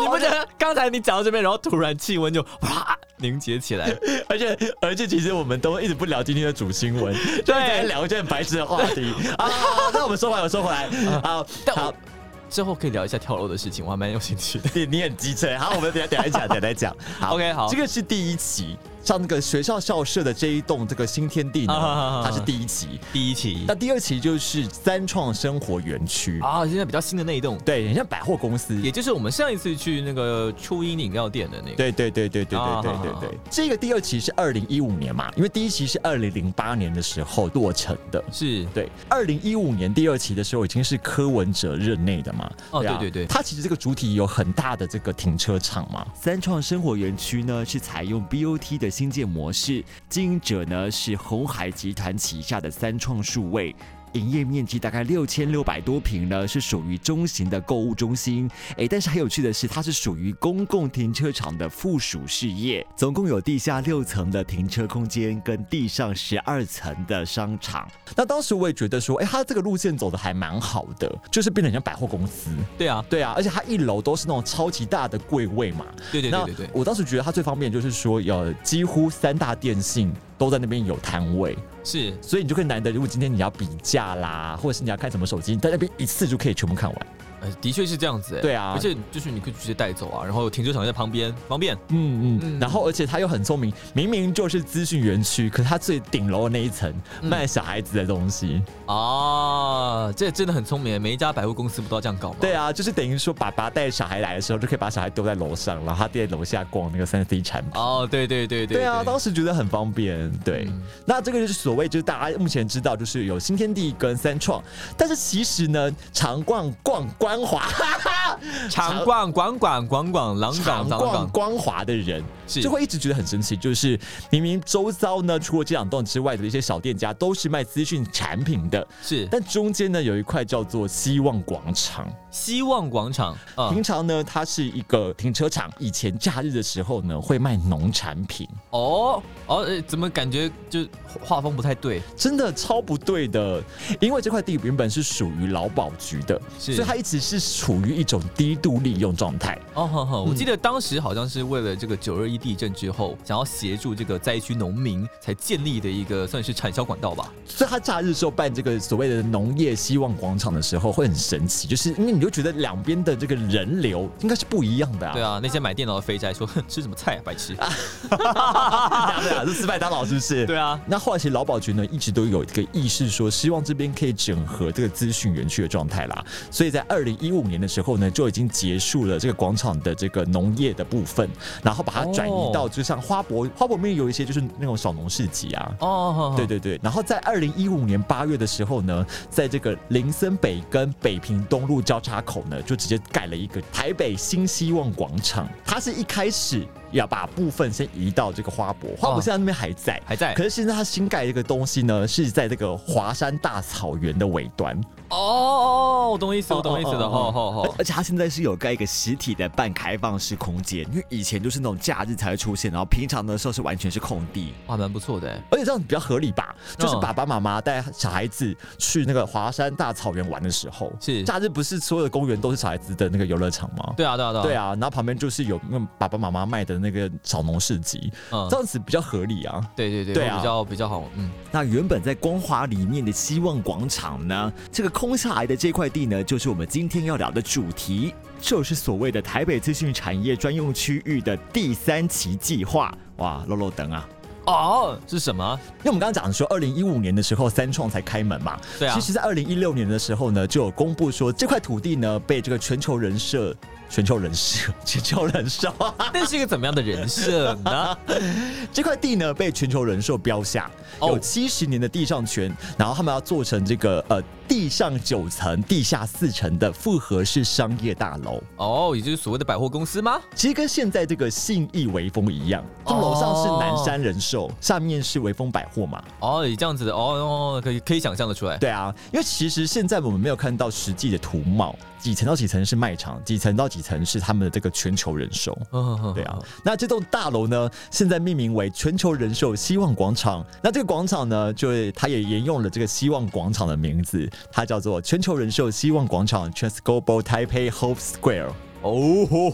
Speaker 3: 你不觉得刚才你讲到这边，然后突然气温就哇凝结起来。
Speaker 2: 而且而且，其实我们都一直不聊今天的主新闻，就一直在聊一件白痴的话 题啊。那我们说回来，我说回来，好，
Speaker 3: 但
Speaker 2: 好
Speaker 3: 我，之后可以聊一下跳楼的事情，我还蛮有兴趣的。
Speaker 2: 你你很机车，好，我们 等一下等一下讲，等一下讲。好
Speaker 3: OK，好
Speaker 2: 这个是第一期，像那个学校校舍的这一栋这个新天地呢，
Speaker 3: 啊啊啊啊
Speaker 2: 它是第一期。
Speaker 3: 第一期
Speaker 2: 那第二期就是三创生活园区，
Speaker 3: 啊，现在比较新的那一栋，
Speaker 2: 对，很像百货公司。
Speaker 3: 也就是我们上一次去那个初音饮料店的那个。
Speaker 2: 对对对对对
Speaker 3: 哦
Speaker 2: 对对对对，这个第二期是二零一五年嘛，因为第一期是二零零八年的时候落成的。
Speaker 3: 是
Speaker 2: 对，二零一五年第二期的时候已经是柯文哲任内的嘛。
Speaker 3: 哦
Speaker 2: 啊
Speaker 3: 对对对
Speaker 2: 它其实这个主体有很大的这个停车场嘛。
Speaker 5: 三创生活园区呢是采用 BOT 的新建模式，经营者呢是红海集团旗下的三创数位。营业面积大概六千六百多平呢，是属于中型的购物中心。诶，但是很有趣的是，它是属于公共停车场的附属事业，总共有地下六层的停车空间跟地上十二层的商场。
Speaker 2: 那当时我也觉得说，哎、它这个路线走的还蛮好的，就是变得很像百货公司。
Speaker 3: 对啊，
Speaker 2: 对啊，而且它一楼都是那种超级大的柜位嘛。
Speaker 3: 对对
Speaker 2: 那
Speaker 3: 对对对，
Speaker 2: 我当时觉得它最方便就是说，有几乎三大电信都在那边有摊位，
Speaker 3: 是
Speaker 2: 所以你就可以难得，如果今天你要比价啦，或者是你要看什么手机，你在那边一次就可以全部看完。
Speaker 3: 呃，的确是这样子、欸。
Speaker 2: 对啊
Speaker 3: 而且就是你可以直接带走啊，然后停车场在旁边，方便。
Speaker 2: 嗯嗯，
Speaker 3: 嗯
Speaker 2: 然后而且他又很聪明，明明就是资讯园区，可是他最顶楼的那一层
Speaker 3: 嗯
Speaker 2: 卖小孩子的东西。
Speaker 3: 啊，这真的很聪明，每一家百货公司不都要这样搞吗？
Speaker 2: 对啊，就是等于说爸爸带小孩来的时候，就可以把小孩丢在楼上，然后他在楼下逛那个三 C 产品。
Speaker 3: 哦，对对对对
Speaker 2: 对嗯啊，当时觉得很方便。对，那这个就是所谓就是大家目前知道，就是有新天地跟三创，但是其实呢，常逛逛光华，
Speaker 3: 常逛广广广广廊港
Speaker 2: 常
Speaker 3: 廊
Speaker 2: 逛
Speaker 3: 港
Speaker 2: 光华的人，
Speaker 3: 是
Speaker 2: 就会一直觉得很神奇，就是明明周遭呢，除了这两栋之外的一些小店家都是卖资讯产品的，
Speaker 3: 是
Speaker 2: 但中间呢有一块叫做希望广场。
Speaker 3: 希望广场啊
Speaker 2: 平常呢，它是一个停车场，以前假日的时候呢会卖农产品，
Speaker 3: 哦哦，呃怎么感觉就画风不太对？
Speaker 2: 真的超不对的。因为这块地原本是属于劳保局的，所
Speaker 3: 是
Speaker 2: 以它一直是处于一种低度利用状态。
Speaker 3: 哦，好
Speaker 2: 嗯
Speaker 3: 好，我记得当时好像是为了这个九二一地震之后，想要协助这个灾区农民才建立的一个算是产销管道吧。
Speaker 2: 所以他假日时候办这个所谓的农业希望广场的时候，会很神奇，就是因为你就觉得两边的这个人流应该是不一样的啊。
Speaker 3: 对啊，那些买电脑的肥宅说哼吃什么菜啊，白痴。
Speaker 2: 啊，对啊，是斯派当老是不是？
Speaker 3: 对啊，
Speaker 2: 那后来其实劳保局呢一直都有一个意识，说希望这边可以整合这个资讯园区的状态啦。所以在二零一五年的时候呢，就已经结束了这个广场的这个农业的部分，然后把它转移到就像花博，花博里面有一些就是那种小农市集啊。
Speaker 3: 哦，好好
Speaker 2: 对对对，然后在二零一五年八月的时候呢，在这个林森北跟北平东路交叉口呢，就直接盖了一个台北新希望广场。它是一开始要把部分先移到这个花博，花博
Speaker 3: 哦
Speaker 2: 现在那边还在，
Speaker 3: 还在
Speaker 2: 可是现在它新盖这个东西呢，是在这个华山大草原的尾端。
Speaker 3: 哦哦，我懂意思，我懂意思
Speaker 2: 哦
Speaker 3: 的，
Speaker 2: 哦
Speaker 3: 吼
Speaker 2: 哦
Speaker 3: 吼吼。
Speaker 5: 而且它现在是有盖一个实体的半开放式空间，因为以前就是那种假日才会出现，然后平常的时候是完全是空地。
Speaker 3: 哇，蛮不错的欸，
Speaker 2: 而且这样比较合理吧？就是
Speaker 3: 嗯
Speaker 2: 爸爸妈妈带小孩子去那个华山大草原玩的时候，
Speaker 3: 是
Speaker 2: 假日不是所有的公园都是小孩子的那个游乐场吗？
Speaker 3: 对啊，对啊，对啊，
Speaker 2: 对，啊，然后旁边就是有那种爸爸妈妈卖的那个小农市集，
Speaker 3: 嗯
Speaker 2: 这，样子比较合理啊。
Speaker 3: 对对对，
Speaker 2: 对
Speaker 3: 会
Speaker 2: 啊
Speaker 3: 比较比较好，嗯，
Speaker 5: 那原本在光华里面的希望广场呢，这个空下来的这块地呢，就是我们今天要聊的主题，就是所谓的台北资讯产业专用区域的第三期计划。哇，漏漏等啊！
Speaker 3: 哦，是什么？
Speaker 2: 因为我们刚刚讲说，二零一五年的时候三创才开门嘛，
Speaker 3: 对啊
Speaker 2: 其实，在二零一六年的时候呢，就有公布说这块土地呢被这个全球人社、全球人 社、全球人寿
Speaker 3: 那是一个怎么样的人设呢？
Speaker 2: 这块地呢被全球人寿标下，
Speaker 3: 哦
Speaker 2: 有七十年的地上权，然后他们要做成这个呃地上九层、地下四层的复合式商业大楼。
Speaker 3: 哦，也就是所谓的百货公司吗？
Speaker 2: 其实跟现在这个信义微风一样，就楼上是南山人寿，下面是微风百货嘛。
Speaker 3: 哦，也这样子的，哦哦，可以可以想象的出来。
Speaker 2: 对啊，因为其实现在我们没有看到实际的图貌，几层到几层是卖场，几层到几层是他们的这个全球人寿。
Speaker 3: 嗯，嗯
Speaker 2: 对啊，，那这栋大楼呢，现在命名为全球人寿希望广场。那这个广场呢，就是它也沿用了这个希望广场的名字，它叫做全球人寿希望广场 （Trans Global Taipei Hope Square）。哦
Speaker 3: 嗯哦吼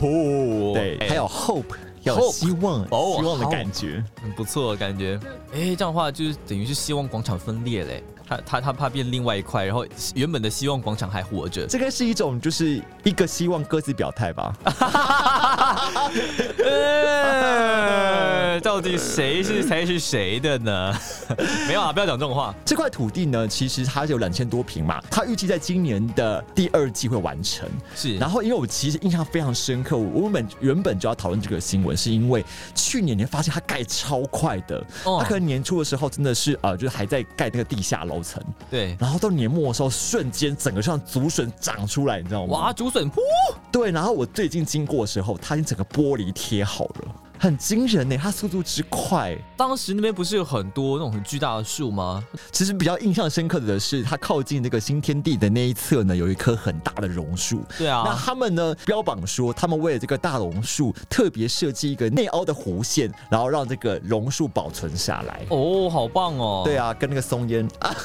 Speaker 3: 吼，
Speaker 2: 对，
Speaker 3: 哎
Speaker 2: 还有 Hope
Speaker 4: 要有希望，
Speaker 3: Hope
Speaker 4: 希望的感觉。
Speaker 3: 很不错，感觉。哎，这样的话就是等于是希望广场分裂嘞。他他他怕变另外一块，然后原本的希望广场还活着，
Speaker 4: 这个是一种，就是一个希望各自表态吧。
Speaker 2: 啊
Speaker 3: 呃到底谁是才是谁的呢？ 没有啊，不要讲这种话。
Speaker 2: 这块土地呢，其实它有两千多平嘛，它预计在今年的第二季会完成。
Speaker 3: 是，
Speaker 2: 然后，因为我其实印象非常深刻，我们原本就要讨论这个新闻，是因为去年你会发现它盖超快的，
Speaker 3: 哦
Speaker 2: 它可能年初的时候真的是呃，就是还在盖那个地下楼层，
Speaker 3: 对，
Speaker 2: 然后到年末的时候，瞬间整个像竹笋长出来，你知道吗？
Speaker 3: 哇，竹笋铺，
Speaker 2: 对，然后我最近经过的时候，它已经整个玻璃贴好了，很惊人呢、它速度之快。
Speaker 3: 当时那边不是有很多那种很巨大的树吗？
Speaker 2: 其实比较印象深刻的是，它靠近那个新天地的那一侧呢，有一棵很大的榕树。
Speaker 3: 对
Speaker 2: 那
Speaker 3: 啊，
Speaker 2: 他们呢标榜说，他们为了这个大榕树特别设计一个内凹的弧线，然后让这个榕树保存下来。
Speaker 3: 哦，好棒哦。
Speaker 2: 对啊，跟那个松烟 啊，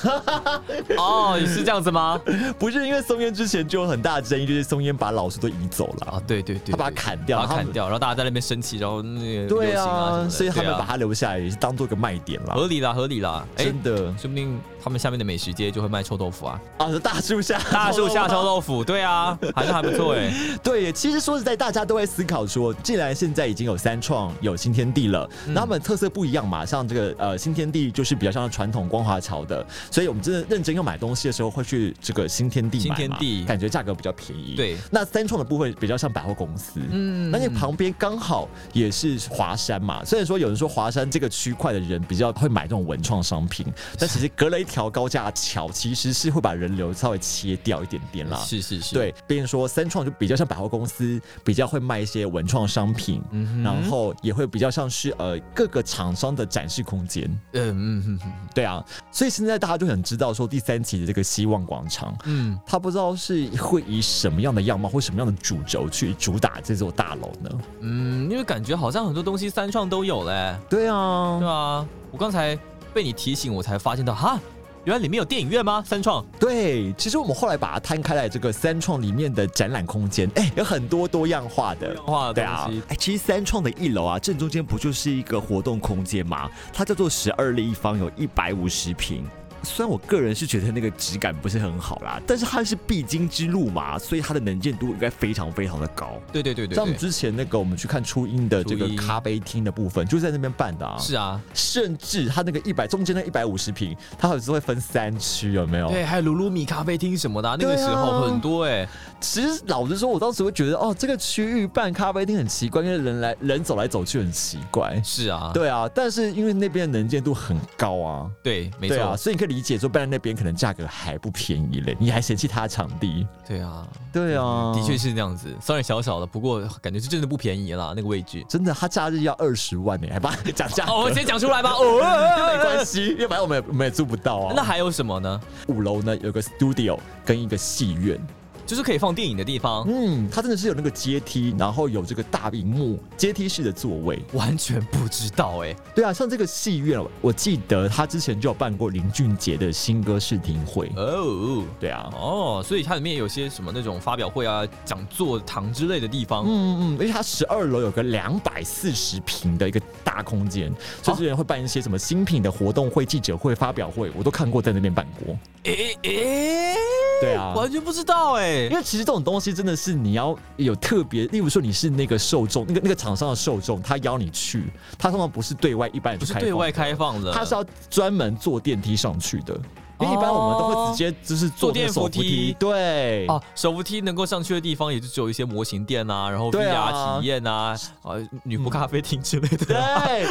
Speaker 3: 哦，是这样子吗？
Speaker 2: 不是因为松烟之前就有很大的争议，就是松烟把老树都移走了，
Speaker 3: 啊，对对对，
Speaker 2: 他把它
Speaker 3: 对
Speaker 2: 砍掉，
Speaker 3: 把它
Speaker 2: 他
Speaker 3: 砍
Speaker 2: 们
Speaker 3: 掉，然后大家在那边生气，然后那个
Speaker 2: 对
Speaker 3: 游行啊什么
Speaker 2: 啊，
Speaker 3: 的
Speaker 2: 所以他
Speaker 3: 对
Speaker 2: 们
Speaker 3: 啊
Speaker 2: 把它留下来也是当做一个卖点啦。
Speaker 3: 合理啦，合理啦。哎，
Speaker 2: 真的
Speaker 3: 说不定他们下面的美食街就会卖臭豆腐啊，
Speaker 2: 啊，大树下，
Speaker 3: 大树 下臭豆腐，对啊，好像还不错哎。
Speaker 2: 对耶，其实说实在，大家都在思考说，既然现在已经有三创、有新天地了，
Speaker 3: 嗯
Speaker 2: 那他们特色不一样嘛，像这个呃新天地就是比较像传统光华桥的，所以我们真的认真要买东西的时候会去这个新天地买嘛，
Speaker 3: 新天地
Speaker 2: 感觉价格比较便宜。
Speaker 3: 对
Speaker 2: 那三创的部分比较像百货公司，嗯，那你旁边刚好也是华山嘛，虽然说有人说华山这个区块的人比较会买这种文创商品，但其实隔了一条高架桥，其实是会把人流稍微切掉一点点啦。
Speaker 3: 是是是，
Speaker 2: 对，毕竟说三创就比较像百货公司，比较会卖一些文创商品，然后也会比较像是呃各个厂商的展示空间。
Speaker 3: 嗯，嗯嗯嗯
Speaker 2: 对啊，所以现在大家就很知道说第三期的这个希望广场，
Speaker 3: 嗯，
Speaker 2: 它不知道是会以什么样的样貌或什么样的主轴去主打这座大楼呢？
Speaker 3: 嗯，因为感觉好像很多东西三创都有嘞，
Speaker 2: 对啊
Speaker 3: 对，啊，我刚才被你提醒，我才发现到哈，原来里面有电影院吗？三创
Speaker 2: 对，其实我们后来把它摊开来，这个三创里面的展览空间，哎，有很多多样化的。
Speaker 3: 化
Speaker 2: 对
Speaker 3: 的
Speaker 2: 啊
Speaker 3: 东西，
Speaker 5: 哎，其实三创的一楼啊，正中间不就是一个活动空间吗？它叫做十二立方，有一百五十平。虽然我个人是觉得那个质感不是很好啦，但是它是必经之路嘛，所以它的能见度应该非常非常的高。
Speaker 3: 对对对对
Speaker 2: 像我们
Speaker 3: 对，
Speaker 2: 之前那个，我们去看初音的这个
Speaker 3: 初音
Speaker 2: 咖啡厅的部分，就是在那边办的啊。
Speaker 3: 是啊，
Speaker 2: 甚至它那个一百中间那一百五十平，它有时候会分三区，有没有？
Speaker 3: 对，还有鲁鲁米咖啡厅什么的啊，那个
Speaker 2: 对
Speaker 3: 时
Speaker 2: 哦啊
Speaker 3: 候很多哎，
Speaker 2: 其实老实说，我当时会觉得，哦，这个区域办咖啡厅很奇怪，因为人来人走来走去很奇怪。
Speaker 3: 是啊，
Speaker 2: 对啊，但是因为那边的能见度很高啊，
Speaker 3: 对，没
Speaker 2: 对啊，
Speaker 3: 错，
Speaker 2: 所以你可以理解说办在那边可能价格还不便宜嘞，你还嫌弃它的场地？
Speaker 3: 对啊，
Speaker 2: 对啊，
Speaker 3: 的确是这样子，虽然小小的，不过感觉是真的不便宜啦，那个位 置。
Speaker 2: 真的，它假日要二十万呢，还把 讲价格，
Speaker 3: 哦，我先讲出来吧，哦，
Speaker 2: 没关系，要不然我们也我们也租不到啊。
Speaker 3: 哎那还有什么呢？
Speaker 2: 五楼呢有个 studio 跟一个戏院，
Speaker 3: 就是可以放电影的地方，
Speaker 2: 嗯，它真的是有那个阶梯，然后有这个大荧幕阶梯式的座位。
Speaker 3: 完全不知道哎、
Speaker 2: 对啊，像这个戏院，我记得他之前就有办过林俊杰的新歌试听会。
Speaker 3: 哦
Speaker 2: 对啊，
Speaker 3: 哦，所以它里面有些什么那种发表会啊、讲座堂之类的地方，
Speaker 2: 嗯嗯，因为它十二楼有个两百四十平的一个大空
Speaker 3: 哦
Speaker 2: 间，所以之前会办一些什么新品的活动会、记者会、发表会，我都看过在那边办过。
Speaker 3: 诶诶，
Speaker 2: 对啊，
Speaker 3: 完全不知道哎、
Speaker 2: 因为其实这种东西真的是你要有特别，例如说你是那个受众，那个那个厂商的受众，他邀你去，他通常不是对外一般人
Speaker 3: 不
Speaker 2: 去
Speaker 3: 是
Speaker 2: 开
Speaker 3: 对
Speaker 2: 放
Speaker 3: 外开放的，
Speaker 2: 他是要专门坐电梯上去的，因为一般我们都会直接就是坐那个手扶
Speaker 3: 哦坐电扶梯
Speaker 2: 对，
Speaker 3: 哦，手扶梯能够上去的地方也就只有一些模型店啊，然后
Speaker 2: 对
Speaker 3: VR、
Speaker 2: 啊
Speaker 3: 体验啊，呃，女仆咖啡厅之类的。
Speaker 2: 对，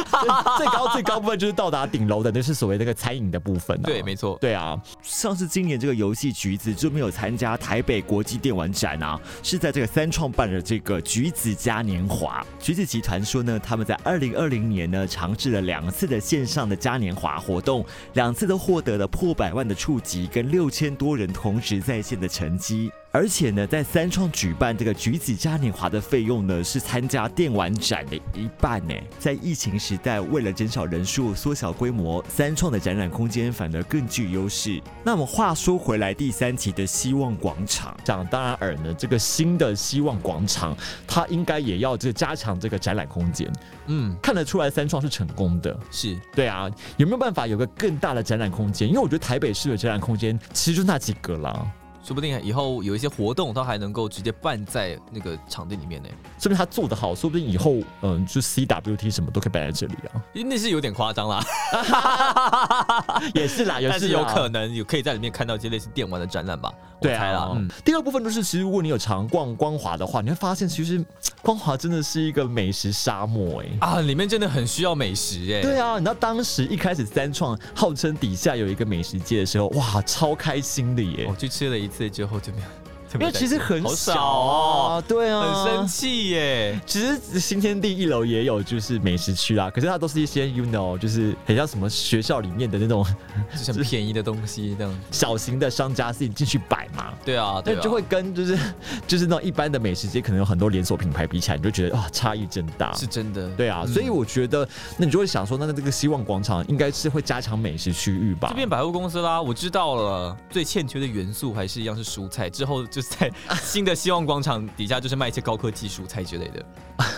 Speaker 2: 最最高最高部分就是到达顶楼的，那是所谓那个餐饮的部分、啊。
Speaker 3: 对，没错。
Speaker 2: 对啊，
Speaker 5: 像是今年这个游戏橘子就没有参加台北国际电玩展啊，是在这个三创办的这个橘子嘉年华。橘子集团说呢，他们在二零二零年呢尝试了两次的线上的嘉年华活动，两次都获得了破百万的触及跟六千多人同时在线的成绩。而且呢，在三创举办这个橘子嘉年华的费用呢，是参加电玩展的一半呢。在疫情时代，为了减少人数、缩小规模，三创的展览空间反而更具优势。那么话说回来，第三期的希望广场，
Speaker 2: 想当然尔呢，这个新的希望广场，它应该也要这个加强这个展览空间。
Speaker 3: 嗯，
Speaker 2: 看得出来，三创是成功的。
Speaker 3: 是
Speaker 2: 对啊，有没有办法有个更大的展览空间？因为我觉得台北市的展览空间其实就那几个啦，
Speaker 3: 说不定以后有一些活动，它还能够直接办在那个场地里面呢。
Speaker 2: 说不定他做得好，说不定以后嗯，就 CWT 什么都可以摆在这里啊。
Speaker 3: 因为那是有点夸张啦，
Speaker 2: 也是啦，也
Speaker 3: 但是
Speaker 2: 啦
Speaker 3: 有可能有可以在里面看到一些类似电玩的展览吧。我
Speaker 2: 对
Speaker 3: 猜啦
Speaker 2: 啊，
Speaker 3: 嗯，
Speaker 2: 第二部分就是，其实如果你有常逛光华的话，你会发现其实光华真的是一个美食沙漠哎、
Speaker 3: 啊，里面真的很需要美食哎。
Speaker 2: 对啊，你知道当时一开始三创号称底下有一个美食街的时候，哇，超开心的耶
Speaker 3: 我！哦去吃了一次之后就没有，就
Speaker 2: 因
Speaker 3: 没有
Speaker 2: 为
Speaker 3: 再
Speaker 2: 其实
Speaker 3: 吃
Speaker 2: 很
Speaker 3: 好
Speaker 2: 小
Speaker 3: 少
Speaker 2: 啊，
Speaker 3: 哦，
Speaker 2: 对啊，
Speaker 3: 很生气耶。
Speaker 2: 其实新天地一楼也有就是美食区啦，可是它都是一些 you know，就是很像什么学校里面的那种
Speaker 3: 就是很便宜的东西这样。
Speaker 2: 小型的商家自己进去摆嘛。
Speaker 3: 对啊，对
Speaker 2: 但
Speaker 3: 啊，
Speaker 2: 就会跟就是 就是那种一般的美食街，可能有很多连锁品牌比起来，你就觉得哇差异真大。
Speaker 3: 是真的。
Speaker 2: 对啊，
Speaker 3: 嗯
Speaker 2: 所以我觉得那你就会想说，那这个希望广场应该是会加强美食区域吧
Speaker 3: 就？变百货公司啦，我知道了。最欠缺的元素还是一样是蔬菜，之后就在 新的希望广场底下就是卖一些高科技蔬菜之类的。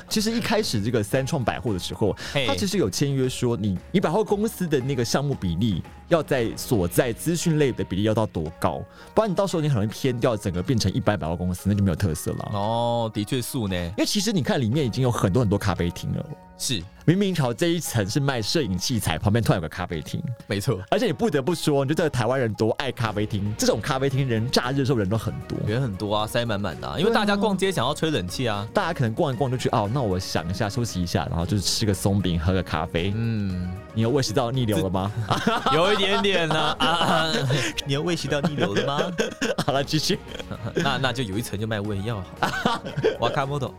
Speaker 2: 其实一开始这个三创百货的时候，
Speaker 3: 嘿
Speaker 2: 它其实有签约说你，你百货公司的那个项目比例要在所在资讯类的比例要到多高，不然你到时候你很容易偏掉，整个变成一般百货公司，那就没有特色了。
Speaker 3: 哦，的确素呢，
Speaker 2: 因为其实你看里面已经有很多很多咖啡厅了，
Speaker 3: 是
Speaker 2: 明明朝这一层是卖摄影器材，旁边突然有个咖啡厅，
Speaker 3: 没错，
Speaker 2: 而且你不得不说，你就知道台湾人多爱咖啡厅，这种咖啡厅人假日的时候人都很多。
Speaker 3: 人很多啊，塞满满的啊、因为大家逛街想要吹冷气啊。
Speaker 2: 大家可能逛一逛就去哦，那我想一下休息一下，然后就是吃个松饼，喝个咖啡。
Speaker 3: 嗯，
Speaker 2: 你有胃食道逆流了吗？
Speaker 3: 有一点点呢、啊啊。你要胃食道逆流了吗？
Speaker 2: 好了，继续。
Speaker 3: 那那就有一层就卖胃药好了。 瓦卡莫豆，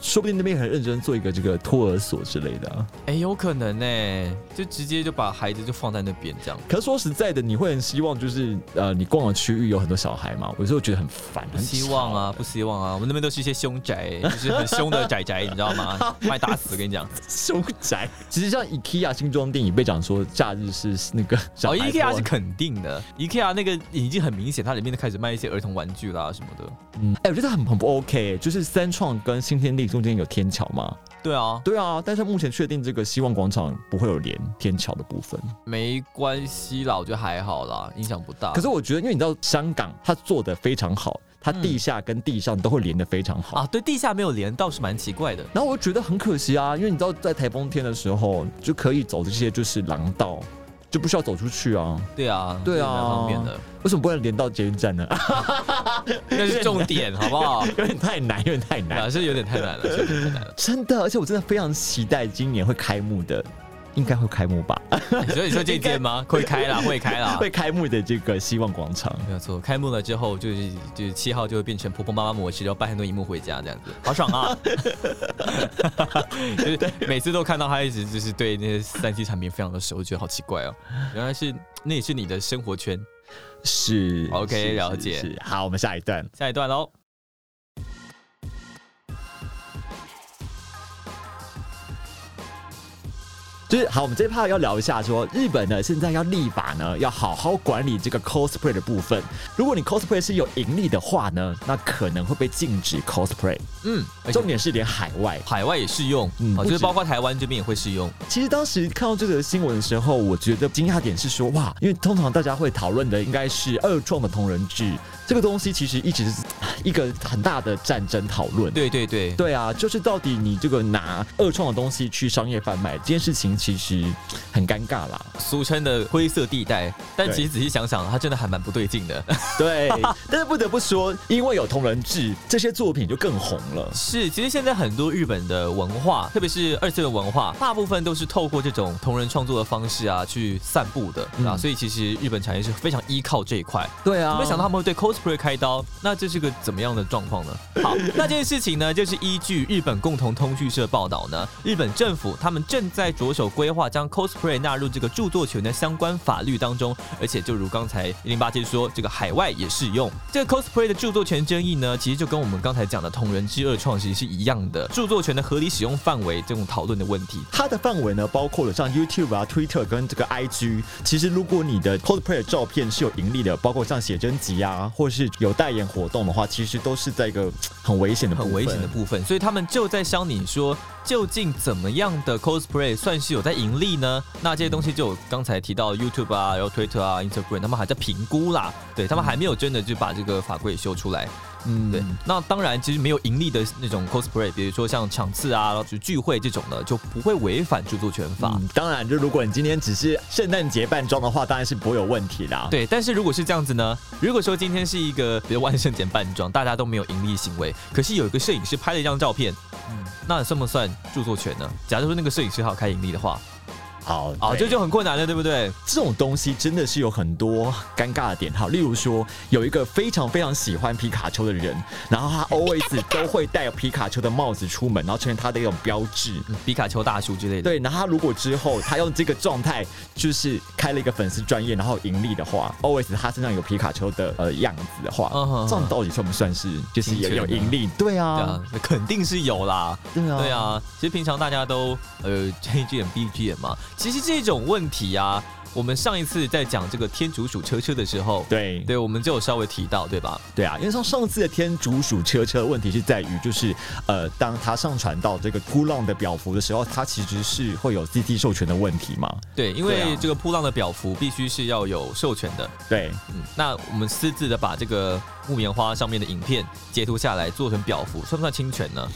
Speaker 2: 说不定那边很认真做一个这个托儿所之类的、啊。
Speaker 3: 哎，有可能呢、就直接就把孩子就放在那边这样。
Speaker 2: 可是说实在的，你会很希望就是呃，你逛的区域有很多小孩嘛，我就觉得很烦。
Speaker 3: 不希望啊，不希望啊！我们那边都是一些凶宅，就是很凶的宅宅，你知道 吗？把你打死，跟你 讲。
Speaker 2: 很吵， 凶宅。其实像 IKEA 新庄店也被讲说假日是那个小
Speaker 3: 哦
Speaker 2: 孩逛
Speaker 3: ，IKEA 是肯定的，IKEA 那个已经很明显，它里面都开始卖一些儿童玩具啦什么的。
Speaker 2: 嗯，哎、我觉得很很不 OK，就是三创跟新天地中间有天桥嘛。
Speaker 3: 对啊，
Speaker 2: 对啊，但是目前确定这个希望广场不会有连天桥的部分。
Speaker 3: 没关系啦，我觉得还好啦，影响不大。
Speaker 2: 可是我觉得，因为你知道香港它做的非常好，它地下跟地上都会连的非常好。
Speaker 3: 嗯啊，对地下没有连倒是蛮奇怪的。
Speaker 2: 然后我就觉得很可惜啊，因为你知道，在台风天的时候就可以走这些就是廊道，就不需要走出去啊。
Speaker 3: 对啊，
Speaker 2: 对
Speaker 3: 这
Speaker 2: 啊
Speaker 3: 蛮方便的，
Speaker 2: 为什么不能连到捷运站呢？
Speaker 3: 那是重点，好不好？
Speaker 2: 有点太难，有点太难，
Speaker 3: 啊，是有点太难了，是有点太难了。
Speaker 2: 真的。而且我真的非常期待今年会开幕的，应该会开幕吧？
Speaker 3: 你说你说这间吗？会开啦，会开啦。
Speaker 2: 会开幕的这个希望广场，
Speaker 3: 没有错，开幕了之后就是就是七号就会变成婆婆妈妈模式，然后搬很多荧幕回家这样子，好爽啊！ 就是每次都看到他一直就是对那些三 C 产品非常的熟，觉得好奇怪哦，原来是那也是你的生活圈。
Speaker 2: 是
Speaker 3: OK，
Speaker 2: 是
Speaker 3: 了解
Speaker 2: 是是好，我们下一段。
Speaker 3: 下一段喽。
Speaker 2: 就是好，我们这一趴要聊一下说，日本呢现在要立法呢，要好好管理这个 cosplay 的部分。如果你 cosplay 是有盈利的话呢，那可能会被禁止 cosplay。
Speaker 3: 嗯，而且
Speaker 2: 重点是连海外。
Speaker 3: 海外也适用，
Speaker 2: 嗯
Speaker 3: 啊，
Speaker 2: 不
Speaker 3: 就是
Speaker 2: 止
Speaker 3: 包括台湾这边也会适用。
Speaker 2: 其实当时看到这个新闻的时候，我觉得惊讶点是说，哇，因为通常大家会讨论的应该是二创的同人志这个东西，其实一直是一个很大的战争讨论。
Speaker 3: 对对对，
Speaker 2: 对啊，就是到底你这个拿二创的东西去商业贩卖这件事情，其实很尴尬啦。
Speaker 3: 俗称的灰色地带，但
Speaker 2: 对
Speaker 3: 其实仔细想想，它真的还蛮不对劲的。
Speaker 2: 对， 但是不得不说，因为有同人志，这些作品就更红了。
Speaker 3: 是，其实现在很多日本的文化，特别是二次元文化，大部分都是透过这种同人创作的方式啊去散布的、啊，所以其实日本产业是非常依靠这一块。
Speaker 2: 对啊
Speaker 3: 没想到他们会对 cosplay 开刀，那这是个怎么样的状况呢？好，那件事情呢，就是依据日本共同通讯社报道呢，日本政府他们正在着手规划将 cosplay 纳入这个著作权的相关法律当中，而且就如刚才一零八七说，这个海外也适用。这个 cosplay 的著作权争议呢，其实就跟我们刚才讲的同人之二创其实是一样的，著作权的合理使用范围这种讨论的问题。
Speaker 2: 它的范围呢，包括了像 YouTube 啊、Twitter 跟这个 IG。其实，如果你的 cosplay 的照片是有盈利的，包括像写真集啊，或是有代言活动的话，其实都是在一个很危险的部分、
Speaker 3: 很危险的部分，所以他们就在商你说，究竟怎么样的 cosplay 算是有在盈利呢？那这些东西就有刚才提到 YouTube 啊，然后 Twitter 啊，Instagram，他们还在评估啦，对他们还没有真的就把这个法规修出来。
Speaker 2: 嗯
Speaker 3: 对，那当然，其实没有盈利的那种 cosplay，比如说像场次啊，然后就聚会这种的，就不会违反著作权法。
Speaker 2: 嗯，当然，就如果你今天只是圣诞节扮装的话，当然是不会有问题啦。
Speaker 3: 对，但是如果是这样子呢？如果说今天是一个比如万圣节扮装，大家都没有盈利行为，可是有一个摄影师拍了一张照片，那算不算著作权呢？假如说那个摄影师他有开盈利的话，
Speaker 2: 好，
Speaker 3: 啊、
Speaker 2: 对
Speaker 3: 这就很困难了，对不对？
Speaker 2: 这种东西真的是有很多尴尬的点哈，例如说有一个非常非常喜欢皮卡丘的人，然 后他 always 都会戴皮卡丘的帽子出门，然后成为他的一种标志。
Speaker 3: 嗯皮卡丘大叔之类的，
Speaker 2: 对，然后他如果之后他用这个状态就是开了一个粉丝专业，然后盈利的话，always 他身上有皮卡丘的呃样子的话，
Speaker 3: 嗯哼
Speaker 2: 这种到底算不算是就是也有盈利？对
Speaker 3: 对
Speaker 2: 啊
Speaker 3: 啊，，肯定是有啦。
Speaker 2: 对啊，
Speaker 3: 对。啊，其实平常大家都呃睁一只眼闭一只眼嘛。其实这种问题啊，我们上一次在讲这个天竺鼠车车的时候，
Speaker 2: 对
Speaker 3: 对，我们就有稍微提到，对吧？
Speaker 2: 对啊，因为像上次的天竺鼠车车，问题是在于就是呃，当它上传到这个扑浪的表服的时候，它其实是会有 CT 授权的问题嘛？
Speaker 3: 对，因
Speaker 2: 对
Speaker 3: 为
Speaker 2: 啊
Speaker 3: 这个扑浪的表服必须是要有授权的。
Speaker 2: 对，
Speaker 3: 嗯，那我们私自的把这个木棉花上面的影片截图下来做成表服，算不算侵权呢？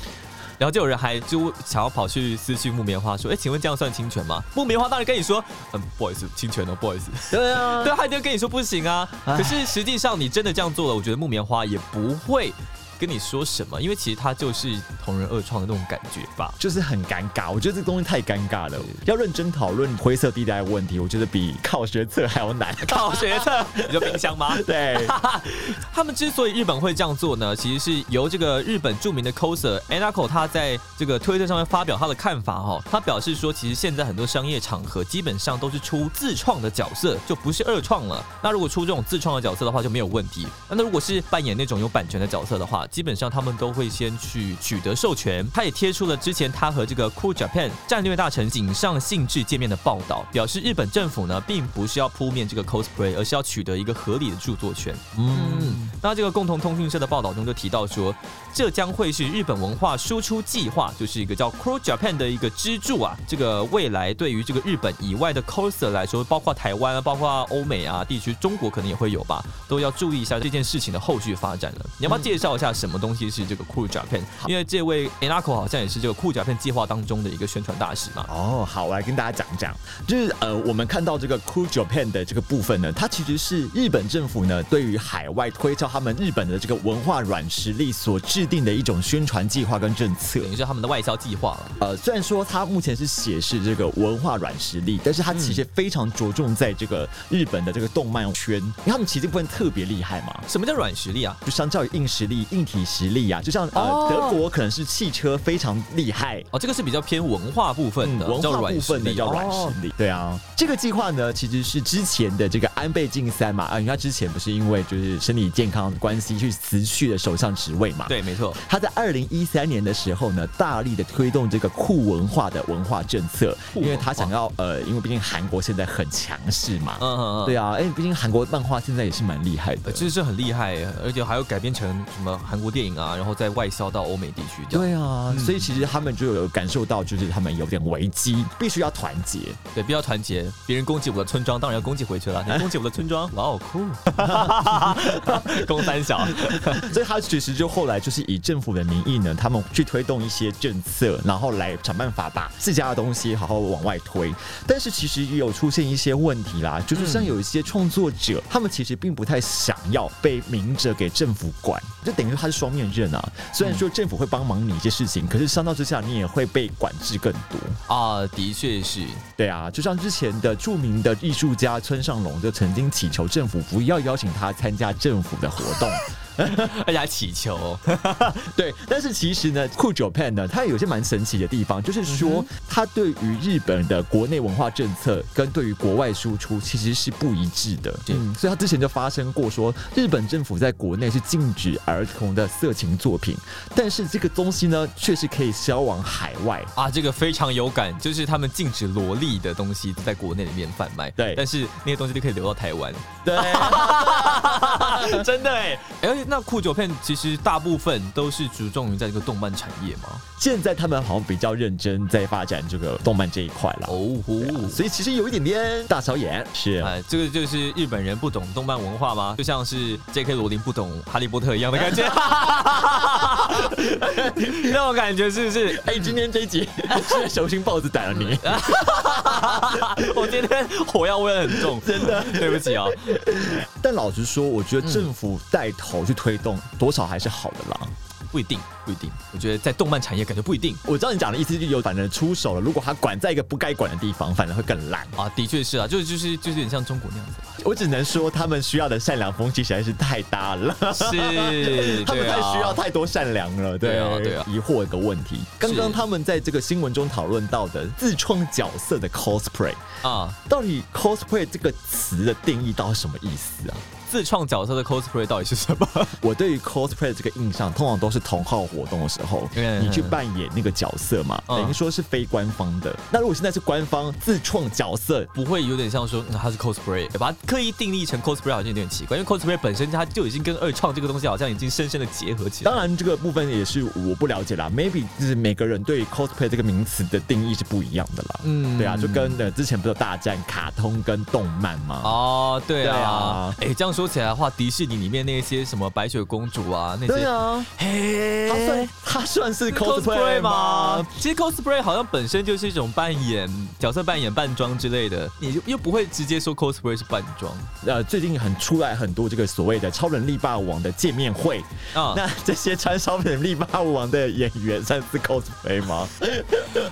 Speaker 3: 然后就有人还就想要跑去私讯木棉花说：“哎，请问这样算侵权吗？”木棉花当然跟你说：“嗯，不好意思，侵权哦，不好意思。”
Speaker 2: 对 啊，
Speaker 3: 对，他就跟你说不行啊。可是实际上你真的这样做了，我觉得木棉花也不会跟你说什么，因为其实它就是同人二创的那种感觉 吧。
Speaker 2: 就是很尴尬。我觉得这个东西太尴尬了，要认真讨论灰色地带的问题，我觉得比考学测还要难。
Speaker 3: 靠学测，你说冰箱吗？
Speaker 2: 对，
Speaker 3: 他们之所以日本会这样做呢，其实是由这个日本著名的 coser Anako 他在这个推特上面发表他的看法哈、哦。他表示说，其实现在很多商业场合基本上都是出自创的角色，就不是二创了。那如果出这种自创的角色的话，就没有问题。那如果是扮演那种有版权的角色的话，基本上他们都会先去取得授权。他也贴出了之前他和这个 Cool Japan 战略大臣井上幸治见面的报道，表示日本政府呢，并不是要扑灭这个 cosplay，而是要取得一个合理的著作权。嗯，那这个共同通讯社的报道中就提到说，这将会是日本文化输出计划，就是一个叫 Cool Japan 的一个支柱啊。这个未来对于这个日本以外的 coser 来说，包括台湾啊，包括欧美啊地区，中国可能也会有吧，都要注意一下这件事情的后续发展了。你要不要介绍一下什么东西是这个 Cool Japan？因为这位 Enako 好像也是这个 Cool Japan 计划当中的一个宣传大使嘛。
Speaker 2: 哦，好，我来跟大家讲讲，就是呃，我们看到这个 Cool Japan 的这个部分呢，它其实是日本政府呢对于海外推销他们日本的这个文化软实力所制定的一种宣传计划跟政策
Speaker 3: 等。于是他们的外销计划了，
Speaker 2: 呃，虽然说它目前是写是这个文化软实力，但是它其实非常着重在这个日本的这个动漫圈，因为他们其实这部分特别厉害嘛。
Speaker 3: 什么叫软实力啊？
Speaker 2: 就相较于硬实力、硬体实力啊，就像呃、
Speaker 3: 哦
Speaker 2: 德国可能是汽车非常厉害，嗯
Speaker 3: 哦，这个是比较偏文化部分的，
Speaker 2: 文
Speaker 3: 嗯叫
Speaker 2: 化部
Speaker 3: 软实
Speaker 2: 分的
Speaker 3: 力，
Speaker 2: 叫软
Speaker 3: 哦
Speaker 2: 实力。对啊，这个计划呢，其实是之前的这个安倍晋三嘛，啊，因为他之前不是因为就是身体健康的关系去辞去了首相职位嘛。。
Speaker 3: 对，没错。
Speaker 2: 他在二零一三年的时候呢，大力的推动这个酷文化的文化政策，
Speaker 3: 酷
Speaker 2: 因
Speaker 3: 文化
Speaker 2: 为他想要呃，因为毕竟韩国现在很强势嘛，
Speaker 3: 嗯嗯嗯，
Speaker 2: 对啊，哎，毕竟韩国漫画现在也是蛮厉害的
Speaker 3: 呃，，这是很厉害耶，而且还有改编成什么韩国电影啊，然后再外销到欧美地区这样。
Speaker 2: 对啊，所以其实他们就有感受到，就是他们有点危机，必须要团结。
Speaker 3: 对，比较团结。别人攻击我的村庄，当然要攻击回去了。你攻击我的村哎 庄，哇哦，酷！攻三小，
Speaker 2: 所以他其实就后来就是以政府的名义呢，他们去推动一些政策，然后来想办法把自家的东西好好往外推。但是其实也有出现一些问题啦，就是像有一些创作者，他们其实并不太想要被明着给政府管，就等于他是双面刃啊。虽然说政府会帮忙你一些事情，可是相较之下，你也会被管制更多。
Speaker 3: 啊，的确是。
Speaker 2: 对啊，就像之前的著名的艺术家村上隆就曾经祈求政府不要邀请他参加政府的活动。
Speaker 3: 而且还祈哎 求。
Speaker 2: 对，但是其实呢酷 Japan 呢，它有些蛮神奇的地方，就是说、它对于日本的国内文化政策跟对于国外输出其实是不一致的。
Speaker 3: 对
Speaker 2: 嗯，所以它之前就发生过说，日本政府在国内是禁止儿童的色情作品，但是这个东西呢，却是可以销往海外。
Speaker 3: 啊，这个非常有感，就是他们禁止萝莉的东西在国内里面贩卖，
Speaker 2: 对
Speaker 3: 但是那些东西都可以流到台湾，
Speaker 2: 对，
Speaker 3: 真的哎、而且那酷九片其实大部分都是着重于在这个动漫产业嘛，
Speaker 2: 现在他们好像比较认真在发展这个动漫这一块了。
Speaker 3: 哦吼，
Speaker 2: 所以其实有一点点大小眼 是
Speaker 3: 哎，这个就是日本人不懂动漫文化吗？就像是 J.K. 罗琳不懂哈利波特一样的感觉， 那种感觉是不是？
Speaker 2: 哎、今天这一集是手心豹子逮了你，
Speaker 3: 我今天火药味很重，真的，对不起啊、
Speaker 2: 但老实说，我
Speaker 3: 嗯
Speaker 2: 觉得政府带头去推动，多少还是好的啦。
Speaker 3: 不一定，不一定，我觉得在动漫产业感觉不一定。
Speaker 2: 我知道你讲的意思，就是有反正出手了，如果他管在一个不该管的地方，反而会更烂。
Speaker 3: 啊，的确是啊，就是就是就是有点像中国那样子吧。
Speaker 2: 我只能说，他们需要的善良风气实在是太大了，
Speaker 3: 是，
Speaker 2: 他们
Speaker 3: 对
Speaker 2: 太需要
Speaker 3: 啊，
Speaker 2: 太多善良了。
Speaker 3: 对啊对啊
Speaker 2: 疑惑的问题。刚刚他们在这个新闻中讨论到的自创角色的 cosplay，
Speaker 3: 啊，
Speaker 2: 到底 cosplay 这个词的定义到底是什么意思啊？
Speaker 3: 自创角色的 cosplay 到底是什么？
Speaker 2: 我对于 cosplay 这个印象，通常都是同号活动的时候，
Speaker 3: 嗯
Speaker 2: 你去扮演那个角色嘛，
Speaker 3: 嗯
Speaker 2: 等于说是非官方的。那如果现在是官方自创角色，
Speaker 3: 不会有点像说、嗯、它是 cosplay，把它刻意定义成 cosplay 好像有点奇怪，因为 cosplay 本身它就已经跟二创这个东西好像已经深深的结合起来。
Speaker 2: 当然这个部分也是我不了解啦，maybe 就是每个人对 cosplay 这个名词的定义是不一样的啦。
Speaker 3: 嗯
Speaker 2: 对啊，就跟呃之前不是有大战卡通跟动漫吗？
Speaker 3: 哦，对
Speaker 2: 对
Speaker 3: 啊
Speaker 2: 啊，
Speaker 3: 哎、这样说起来的话，迪士尼里面那些什么白雪公主啊，那
Speaker 2: 对
Speaker 3: 些。
Speaker 2: 啊，
Speaker 3: 嘿
Speaker 2: 它算它算是
Speaker 3: cosplay
Speaker 2: cosplay 吗？？
Speaker 3: 其实 cosplay 好像本身就是一种扮演角色、扮演扮装之类的，你就又不会直接说 cosplay 是扮装
Speaker 2: 呃，最近很出来很多这个所谓的超人力霸王的见面会，
Speaker 3: 啊。
Speaker 2: 那这些穿烧饼力霸王的演员算是 cosplay 吗？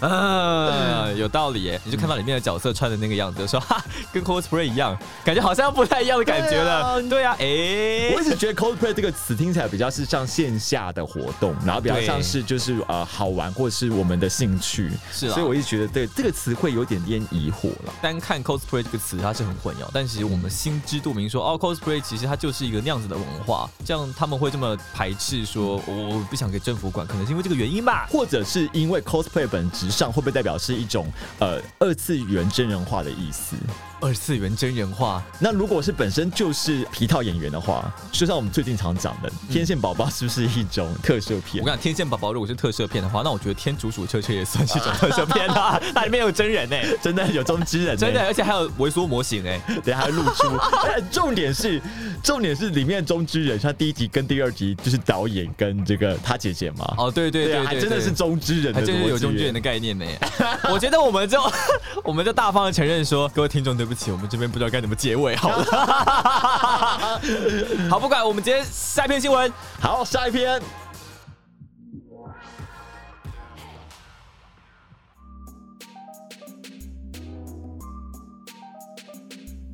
Speaker 3: 啊，有道理耶！你就看到里面的角色穿的那个样子，就说哈，跟 cosplay 一样，感觉好像不太一样的感觉了。对啊，哎、
Speaker 2: 我一直觉得 cosplay 这个词听起来比较是像线下的活动，然后比较
Speaker 3: 对
Speaker 2: 像是就是呃好玩或是我们的兴趣，
Speaker 3: 是啊
Speaker 2: 所以我一直觉得对这个词汇有点烟疑惑了。
Speaker 3: 单看 cosplay 这个词，它是很混淆，但其实我们心知肚明说，哦，cosplay 其实它就是一个那样子的文化，这样他们会这么排斥说，我我不想给政府管，可能是因为这个原因吧。
Speaker 2: 或者是因为 cosplay 本质上会不会代表是一种呃二次元真人化的意思？
Speaker 3: 二次元真人化，
Speaker 2: 那如果是本身就是皮套演员的话，就像我们最近常讲的，天线宝宝是不是一种特摄
Speaker 3: 我
Speaker 2: 片
Speaker 3: 跟你？讲，天线宝宝如果是特摄片的话，那我觉得天竺鼠车车也算是一 种特摄片啊， 它里面有真人哎、
Speaker 2: 真的有中之人、欸，
Speaker 3: 真的，而且还有微缩模型哎、
Speaker 2: 等一下还露出。但重点是，重点是里面中之人，他第一集跟第二集就是导演跟这个他姐姐嘛。
Speaker 3: 哦，对对对
Speaker 2: 啊
Speaker 3: 对
Speaker 2: 还真的是中之人的
Speaker 3: 还
Speaker 2: 逻辑，
Speaker 3: 真是有中间人的概念呢。 我觉得我们就 我们就大方的承认说，各位听众，对不起，我们这边不知道该怎么结尾好了。 好，不管，我们直接下一篇新闻。
Speaker 2: 好，下一篇。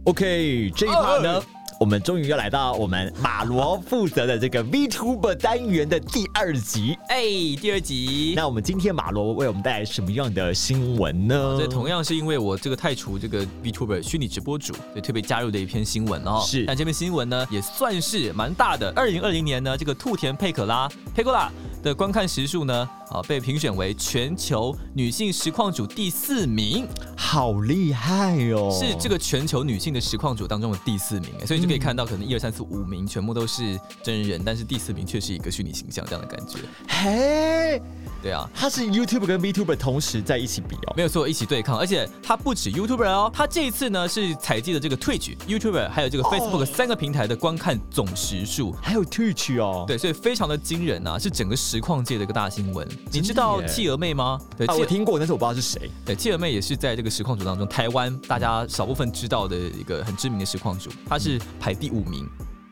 Speaker 2: OK，这一趴呢，
Speaker 3: 哦
Speaker 2: 我们终于要来到我们马罗负责的这个 VTuber 单元的第二集。
Speaker 3: 哎，第二集。
Speaker 2: 那我们今天马罗为我们带来什么样的新闻呢？
Speaker 3: 这哦同样是因为我这个太厨这个 VTuber 虚拟直播主，所以特别加入的一篇新闻哦。
Speaker 2: 是
Speaker 3: 但这篇新闻呢也算是蛮大的。二零二零年呢，这个兔田佩可拉佩可拉的观看时数呢，啊被评选为全球女性实况主第四名。
Speaker 2: 好厉害哦！
Speaker 3: 是这
Speaker 2: 个
Speaker 3: 个全球女性的实况组当中的第四名，所以就可以看到，
Speaker 2: 嗯
Speaker 3: 可能一二三四五名全部都是真人，但是第四名却是一个虚拟形象这样的感觉。
Speaker 2: 嘿，
Speaker 3: 对啊，
Speaker 2: 他是 YouTube 跟 VTuber 同时在一起比哦。
Speaker 3: 没有错，一起对抗，而且他不止 YouTuber 哦，他这一次呢是采集了这个 Twitch、YouTuber 还有这个
Speaker 2: 哦
Speaker 3: Facebook 三个平台的观看总时数。
Speaker 2: 还有 Twitch 哦，
Speaker 3: 对，所以非常的惊人啊，是整个实况界的一个大新闻。你
Speaker 2: 真的
Speaker 3: 知道
Speaker 2: 耶
Speaker 3: 企鹅妹吗？对，
Speaker 2: 啊，
Speaker 3: 企
Speaker 2: 我
Speaker 3: 鹅
Speaker 2: 听过，但是我不知道是谁。
Speaker 3: 对，企鹅妹也是在这个实况组当中，台湾大家少部分知道的一个很知名的实况组，她是排第五名。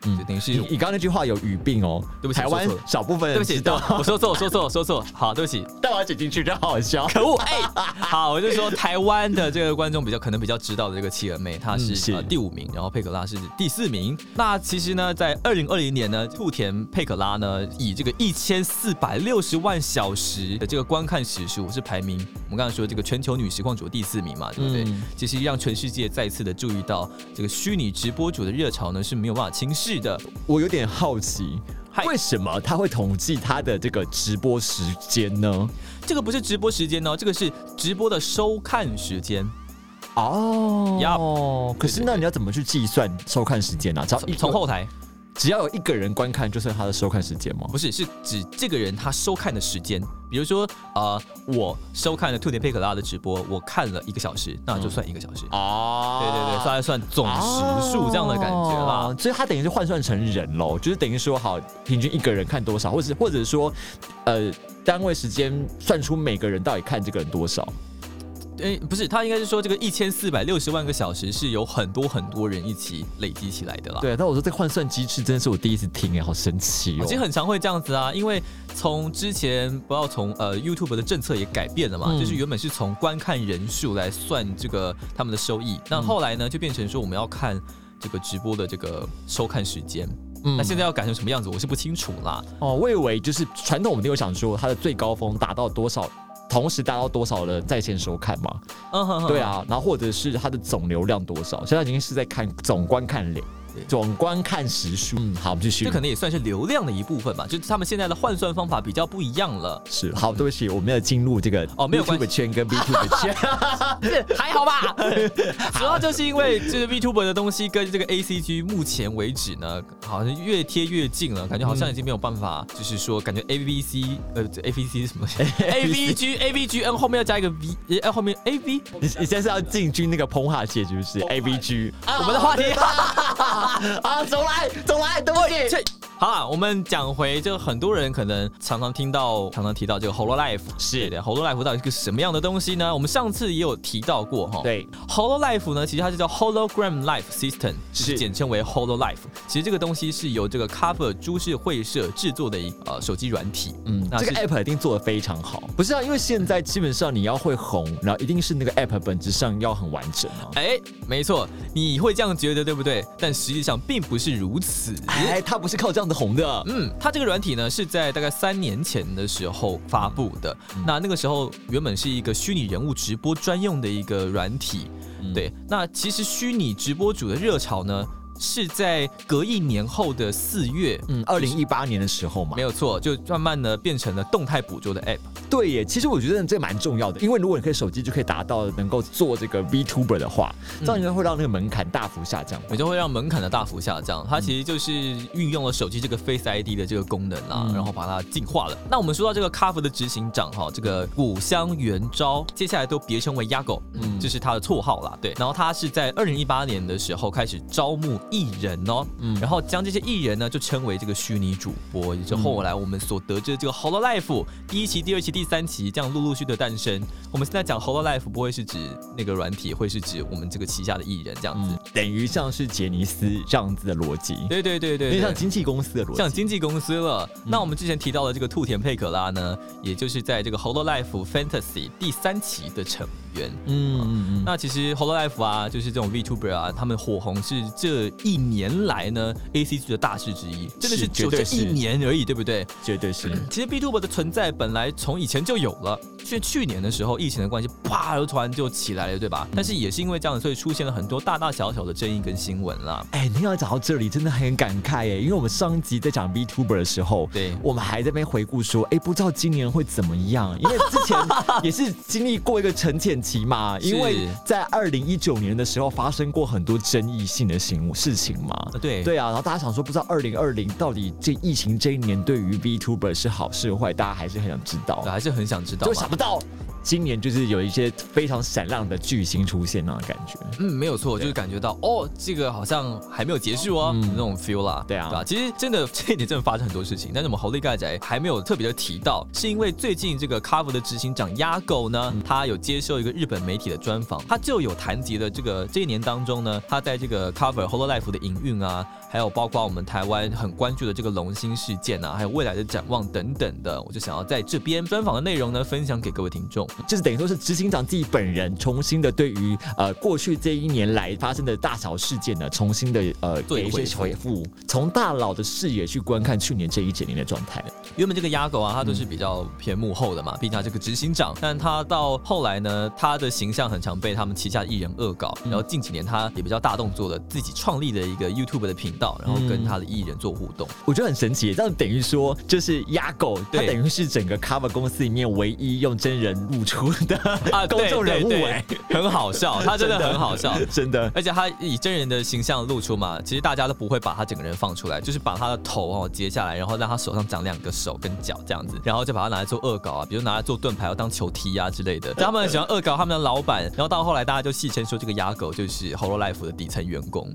Speaker 2: 嗯
Speaker 3: 就等于是
Speaker 2: 你你刚刚那句话有语病哦，
Speaker 3: 对不起
Speaker 2: 台
Speaker 3: 我
Speaker 2: 湾
Speaker 3: 说错了
Speaker 2: 少部
Speaker 3: 对
Speaker 2: 分人
Speaker 3: 不起，
Speaker 2: 知
Speaker 3: 对
Speaker 2: 道，
Speaker 3: 我说错，我说错，我说错。好，对不起，
Speaker 2: 但我要剪进去，真好笑。啊
Speaker 3: 可恶！哎、好，我就说台湾的这个观众比较可能比较知道的这个企鹅妹，她是,、
Speaker 2: 嗯是
Speaker 3: 呃第五名，然后佩可拉是第四名。那其实呢，在二零二零年呢，兔田佩可拉呢以这个一千四百六十万小时的这个观看时数是排名，我们刚才说这个全球女实况主的第四名嘛，对不对？
Speaker 2: 嗯
Speaker 3: 其实让全世界再次的注意到这个虚拟直播主的热潮呢是没有办法轻视的。
Speaker 2: 我有点好奇
Speaker 3: 嗨，
Speaker 2: 为什么他会统计他的这个直播时间呢？
Speaker 3: 这个不是直播时间哦，这个是直播的收看时间。
Speaker 2: 哦，可是
Speaker 3: 对对
Speaker 2: 那
Speaker 3: 对
Speaker 2: 你要怎么去计算收看时间呢、啊只要一
Speaker 3: 从从后台
Speaker 2: 只要有一个人观看，就算他的收看时间吗？
Speaker 3: 不是，是指这个人他收看的时间。比如说，呃，我收看了兔点佩可拉的直播，我看了一个小时，那就算一个小时。
Speaker 2: 哦
Speaker 3: 对对对，算来算总时数这样的感觉啦。
Speaker 2: 哦所以他等于是换算成人喽，就是等于说好平均一个人看多少，或者或者说，呃，单位时间算出每个人到底看这个人多少。
Speaker 3: 诶、哎不是，他应该是说这个一千四百六十万个小时是有很多很多人一起累积起来的啦。
Speaker 2: 对，但我说这个换算机制真的是我第一次听哎，好神奇哦。
Speaker 3: 其实很常会这样子啊，因为从之前不要从呃 YouTube 的政策也改变了嘛，
Speaker 2: 嗯
Speaker 3: 就是原本是从观看人数来算这个他们的收益，
Speaker 2: 嗯
Speaker 3: 那后来呢就变成说我们要看这个直播的这个收看时间。
Speaker 2: 嗯
Speaker 3: 那现在要改成什么样子，我是不清楚啦。
Speaker 2: 哦，我以为就是传统，我们都有想说它的最高峰达到多少，同时达到多少的在线收看嘛？
Speaker 3: 嗯哼哼
Speaker 2: 对，啊，然后或者是它的总流量多少？现在已经是在看总观看量
Speaker 3: 对、
Speaker 2: 总观看时数。嗯，好，我们继续
Speaker 3: 这。可能也算是流量的一部分吧，就是他们现在的换算方法比较不一样了。
Speaker 2: 是好，对不起，我没有进入这个
Speaker 3: 哦没有关
Speaker 2: YouTube
Speaker 3: 系
Speaker 2: 圈 跟 B t u b e 圈。
Speaker 3: 是 还好吧，主要就是因为这个 VTuber 的东西跟这个 ACG 目前为止呢，好像越贴越近了，感觉好像已经没有办法，就是说感觉 AVC 呃这 AVC 是 什么 AVG AVGN 后面要加一个 V，呃后面 AV，
Speaker 2: 你你现在是要进军那个膨化界是不是？AVG
Speaker 3: 我们的话题
Speaker 2: 哦啊，重来，重来，对不起。
Speaker 3: 这 好啦，我们讲回这个，很多人可能常常听到、常常提到这个 Hololive，
Speaker 2: 是
Speaker 3: 的，Hololive 到底是个什么样的东西呢？我们上次也有提到过哈。
Speaker 2: 对
Speaker 3: ，Hololive 呢，其实它就叫 Hologram Life System，就是
Speaker 2: 是
Speaker 3: 简称为 Hololive。其实这个东西是由这个 Cover 株式会社制作的一呃手机软体，
Speaker 2: 嗯，
Speaker 3: 那
Speaker 2: 这个
Speaker 3: 是
Speaker 2: app 一定做的非常好，不是啊？因为现在基本上你要会红，然后一定是那个 app 本质上要很完整啊。
Speaker 3: 哎，没错，你会这样觉得对不对？但实际上并不是如此。
Speaker 2: 哎，它不是靠这样子红的，
Speaker 3: 嗯，它这个软体呢是在大概三年前的时候发布的。
Speaker 2: 嗯
Speaker 3: 那那个时候原本是一个虚拟人物直播专用的一个软体，
Speaker 2: 嗯
Speaker 3: 对。那其实虚拟直播主的热潮呢是在隔一年后的四月。
Speaker 2: 嗯，二零一八年的时候嘛
Speaker 3: 没，有错，就慢慢的变成了动态捕捉的 app。
Speaker 2: 对耶。其实我觉得这蛮重要的，因为如果你可以手机就可以达到能够做这个 VTuber 的话，这样应该会让那个门槛大幅下降吧。
Speaker 3: 也就会让门槛的大幅下降。它其实就是运用了手机这个 Face ID 的这个功能啦，
Speaker 2: 嗯
Speaker 3: 然后把它进化了。那我们说到这个 Cover 的执行长哈，这个古香元昭，接下来都别称为鸭狗，嗯，这是他的绰号啦。对，然后他是在二零一八年的时候开始招募艺人哦，嗯，然后将这些艺人呢就称为这个虚拟主播，也就后来我们所得知的这个 Hololive 第一期、第二期、第三期这样陆陆续续的诞生。我们现在讲 Hololive 不会是指那个软体，会是指我们这个旗下的艺人这样子。
Speaker 2: 嗯，等于像是杰尼斯这样子的逻辑，
Speaker 3: 对对对对
Speaker 2: 有
Speaker 3: 对，
Speaker 2: 点像经纪公司的逻辑。
Speaker 3: 像经纪公司了。那我们之前提到的这个兔田佩可拉呢，也就是在这个 Hololive Fantasy 第三期的成员。
Speaker 2: 嗯嗯
Speaker 3: 那其实 Hololive 啊，就是这种 VTuber 啊，他们火红是这一年来呢 ACG 的大事之一，真的是
Speaker 2: 是
Speaker 3: 只有
Speaker 2: 绝
Speaker 3: 这
Speaker 2: 对
Speaker 3: 一
Speaker 2: 是
Speaker 3: 年而已，对不对？
Speaker 2: 嗯，绝对是。
Speaker 3: 其实 VTuber 的存在本来从以前就有了，是去年的时候疫情的关系，啪，就突然就起来了，对
Speaker 2: 嗯
Speaker 3: 吧？但是也是因为这样，所以出现了很多大大小小的争议跟新闻啦。
Speaker 2: 哎，你要讲到这里真的很感慨哎，因为我们上一集在讲 VTuber 的时候，
Speaker 3: 对
Speaker 2: 我们还在那边回顾说，哎，不知道今年会怎么样，因为之前也是经历过一个沉潜期嘛，
Speaker 3: 是
Speaker 2: 因为在二零一九年的时候发生过很多争议性的行事情嘛。
Speaker 3: 啊，对
Speaker 2: 对啊，然后大家想说，不知道二零二零到底这疫情这一年对于 VTuber 是好是坏，大家还是很想知道
Speaker 3: 对，。还是很想知道啊
Speaker 2: 就
Speaker 3: 嘛。
Speaker 2: 想不到，今年就是有一些非常闪亮的巨星出现那种感觉。
Speaker 3: 嗯，没有错，就是感觉到哦，这个好像还没有结束哦，那种 feel 啦。
Speaker 2: 嗯对啊
Speaker 3: 对吧？其实真的这一点真的发生很多事情，但是我们侯力盖仔还没有特别的提到，是因为最近这个 Cover 的执行长鸭狗呢，
Speaker 2: 嗯
Speaker 3: 他有接受一个日本媒体的专访，他就有谈及了这个这一年当中呢，他在这个 Cover Hololive 的营运啊，还有包括我们台湾很关注的这个龙兴事件啊，还有未来的展望等等的，我就想要在这边专访的内容呢，分享给各位听众。
Speaker 2: 就是等于说是执行长自己本人重新的对于呃过去这一年来发生的大小事件呢，重新的呃
Speaker 3: 做
Speaker 2: 给
Speaker 3: 一
Speaker 2: 一
Speaker 3: 个
Speaker 2: 些
Speaker 3: 回
Speaker 2: 回复，从大佬的视野去观看去年这一整年的状态。
Speaker 3: 原本这个鸭狗啊，他都是
Speaker 2: 嗯
Speaker 3: 比较偏幕后的嘛，毕竟他是个执行长。但他到后来呢，他的形象很常被他们旗下艺人恶搞。
Speaker 2: 嗯
Speaker 3: 然后近几年，他也比较大动作的，自己创立了一个 YouTube 的频道，然后跟他的艺人做互 动。
Speaker 2: 我觉得很神奇，这样等于说就是鸭狗，它
Speaker 3: 对
Speaker 2: 等于是整个 Cover 公司里面唯一用真人露出的 公众人物哎、
Speaker 3: 啊对对很好笑， 他真的很好 笑。
Speaker 2: 真的。
Speaker 3: 而且他以真人的形象露出嘛，其实大家都不会把他整个人放出来，就是把他的头哦截下来，然后让他手上长两个手跟脚这样子，然后就把它拿来做恶搞啊，比如拿来做盾牌要当球踢啊之类的。他们很喜欢恶搞他们的老板，然后到后来大家就戏称说这个鸭狗就是 Hololive 的底层员 工，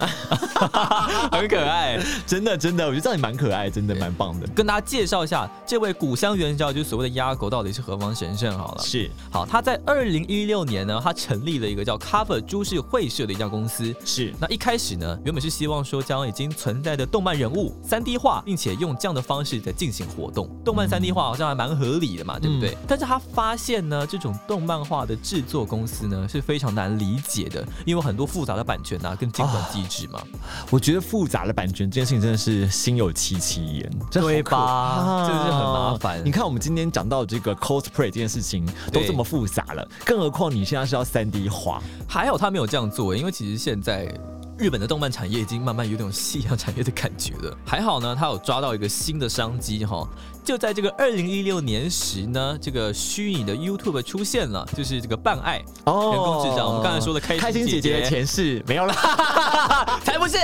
Speaker 3: 很可爱。
Speaker 2: 真的真的，我觉得这样也蛮可爱，真的蛮棒的。
Speaker 3: 跟大家介绍一下，这位古香元宵就是所谓的鸭狗到底是何方神圣好了。
Speaker 2: 是
Speaker 3: 好，他在二零一六年呢，他成立了一个叫 Cover 株式会社的一家公司，
Speaker 2: 是，
Speaker 3: 那一开始呢，原本是希望说将已经存在的动漫人物三 D 化，并且用这样的方式在进行活动。动漫三 D 化好像还蛮合理的嘛，对不对？但是他发现呢，这种动漫化的制作公司呢是非常难理解的，因为很多复杂的版权啊跟监管机制嘛，
Speaker 2: 我觉得复杂的版权这件事情真的是心有戚戚焉，真的好
Speaker 3: 对
Speaker 2: 可怕
Speaker 3: 吧？真的是很麻烦
Speaker 2: 你看我们今天讲到这个 cosplay 这件事情都
Speaker 3: 对
Speaker 2: 这么复杂了，更何况你现在是要三 D 化，
Speaker 3: 还好他没有这样做，因为其实现在。日本的动漫产业已经慢慢有点夕阳产业的感觉了。还好呢，他有抓到一个新的商机哈。就在这个二零一六年时呢，这个虚拟的 YouTube 出现了，就是这个扮爱
Speaker 2: 哦
Speaker 3: 人工智障。我们刚才说的开
Speaker 2: 开
Speaker 3: 心
Speaker 2: 心姐姐
Speaker 3: 姐
Speaker 2: 的前世没有啦，
Speaker 3: 才 不是！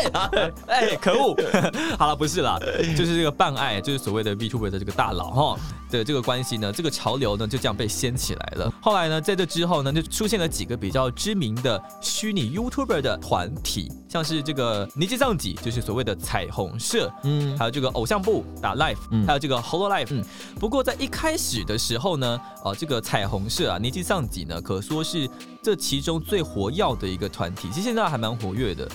Speaker 3: 哎，可恶！ 好了，不是啦，就是这个办爱，就是所谓的 VTuber 的这个大佬哈的这个关系呢，这个潮流呢就这样被掀起来了。后来呢，在这之后呢，就出现了几个比较知名的虚拟 YouTuber 的团体，像是这个尼基藏己，就是所谓的彩虹社，嗯，还有这个偶像部打 Life，、还有这个 Holo Life，嗯，不过在一开始的时候呢，呃，这个彩虹社啊，尼基丧己呢，可说是这其中最活跃的一个团体，其实现在还蛮活跃的。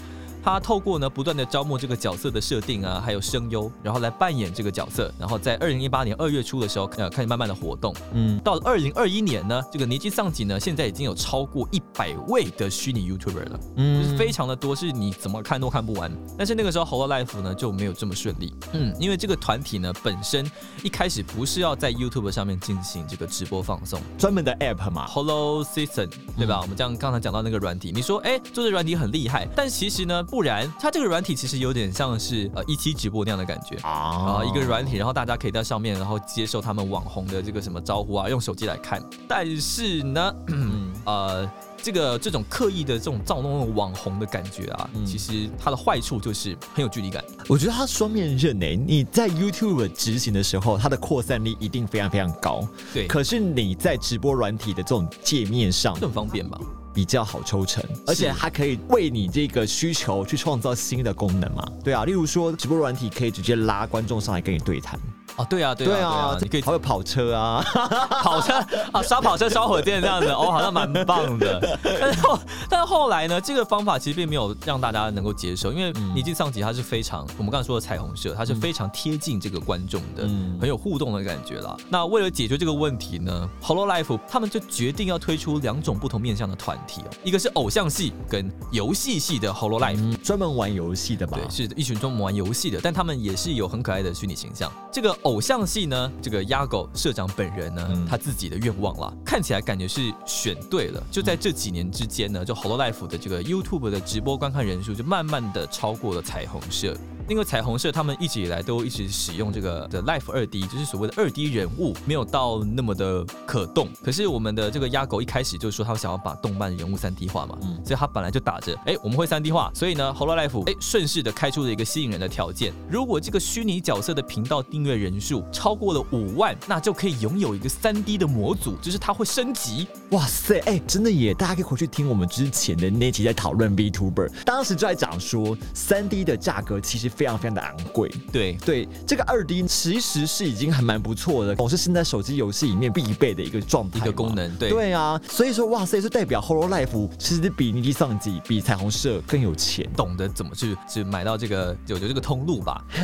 Speaker 3: 他透过呢不断的招募这个角色的设定啊，还有声优，然后来扮演这个角色，然后在二零一八年二月初的时候，呃，开始慢慢的活动。 嗯，到了二零二一年呢，这个尼基丧己呢，现在已经有超过一百位的虚拟 YouTuber 了，嗯，就是非常的多，是你怎么看都看不完。但是那个时候 Hello Life 呢就没有这么顺利，嗯，因为这个团体呢本身一开始不是要在 YouTube 上面进行这个直播放送，
Speaker 2: 专门的 app 嘛，
Speaker 3: Hello Season，对吧？我们这样刚才讲到那个软体，你说哎、做这软体很厉害，但其实呢，不然它这个软体其实有点像是呃一期直播那样的感觉。啊、
Speaker 2: 啊
Speaker 3: 一个软体，然后大家可以在上面，然后接受他们网红的这个什么招呼啊，用手机来看。但是呢，
Speaker 2: 嗯
Speaker 3: 呃，这个这种刻意的这种造弄网红的感觉啊，其实它的坏处就是很有距离感。
Speaker 2: 我觉得它双面刃诶、你在 YouTube 执行的时候，它的扩散力一定非常非常高。
Speaker 3: 对
Speaker 2: 可是你在直播软体的这种界面上
Speaker 3: 这很方便吧？
Speaker 2: 比较好抽成，而且它可以为你这个需求去创造新的功能嘛？对啊，例如说直播软体可以直接拉观众上来跟你对谈。
Speaker 3: 啊，对啊，对啊，对啊，你可以
Speaker 2: 还会跑车啊，
Speaker 3: 跑车啊，烧跑车、烧火箭这样子，哦，好像蛮棒的。但是后，但是后来呢，这个方法其实并没有让大家能够接受，因为你进上集它是非常，我们刚才说的彩虹社，它是非常贴近这个观众的，很有互动的感觉啦。那为了解决这个问题呢，Hello Life 他们就决定要推出两种不同面向的团体哦，一个是偶像系跟游戏系的 Hello Life。
Speaker 2: 专门玩游戏的吧？
Speaker 3: 对，是一群专门玩游戏的，但他们也是有很可爱的虚拟形象。这个偶像系呢，这个鸭狗社长本人呢，
Speaker 2: 嗯
Speaker 3: 他自己的愿望啦，看起来感觉是选对了。就在这几年之间呢，就 Hello Life 的这个 YouTube 的直播观看人数就慢慢的超过了彩虹社。因为彩虹社他们一直以来都一直使用这个的 Life 二 D，就是所谓的二 D 人物，没有到那么的可动。可是我们的这个鸭狗一开始就说他想要把动漫人物三 D 化嘛，
Speaker 2: 嗯
Speaker 3: 所以他本来就打着哎、我们会三 D 化，所以呢 Hololive 哎顺势的开出了一个吸引人的条件，如果这个虚拟角色的频道订阅人数超过了五万，那就可以拥有一个三 D 的模组，就是它会升级。
Speaker 2: 哇塞，哎、真的耶！大家可以回去听我们之前的那集，在讨论 VTuber，当时就在讲说，三 D 的价格其实非常非常的昂贵。
Speaker 3: 对，
Speaker 2: 对，这个二 D 其实是已经还蛮不错的，总是现在手机游戏里面必备的一个状态
Speaker 3: 一
Speaker 2: 嘛，
Speaker 3: 个功能，对。
Speaker 2: 对啊，所以说哇塞，就代表 Hololive 其实比尼基上级、比彩虹社更有钱，
Speaker 3: 懂得怎么去去买到这个有有这个通路 吧，这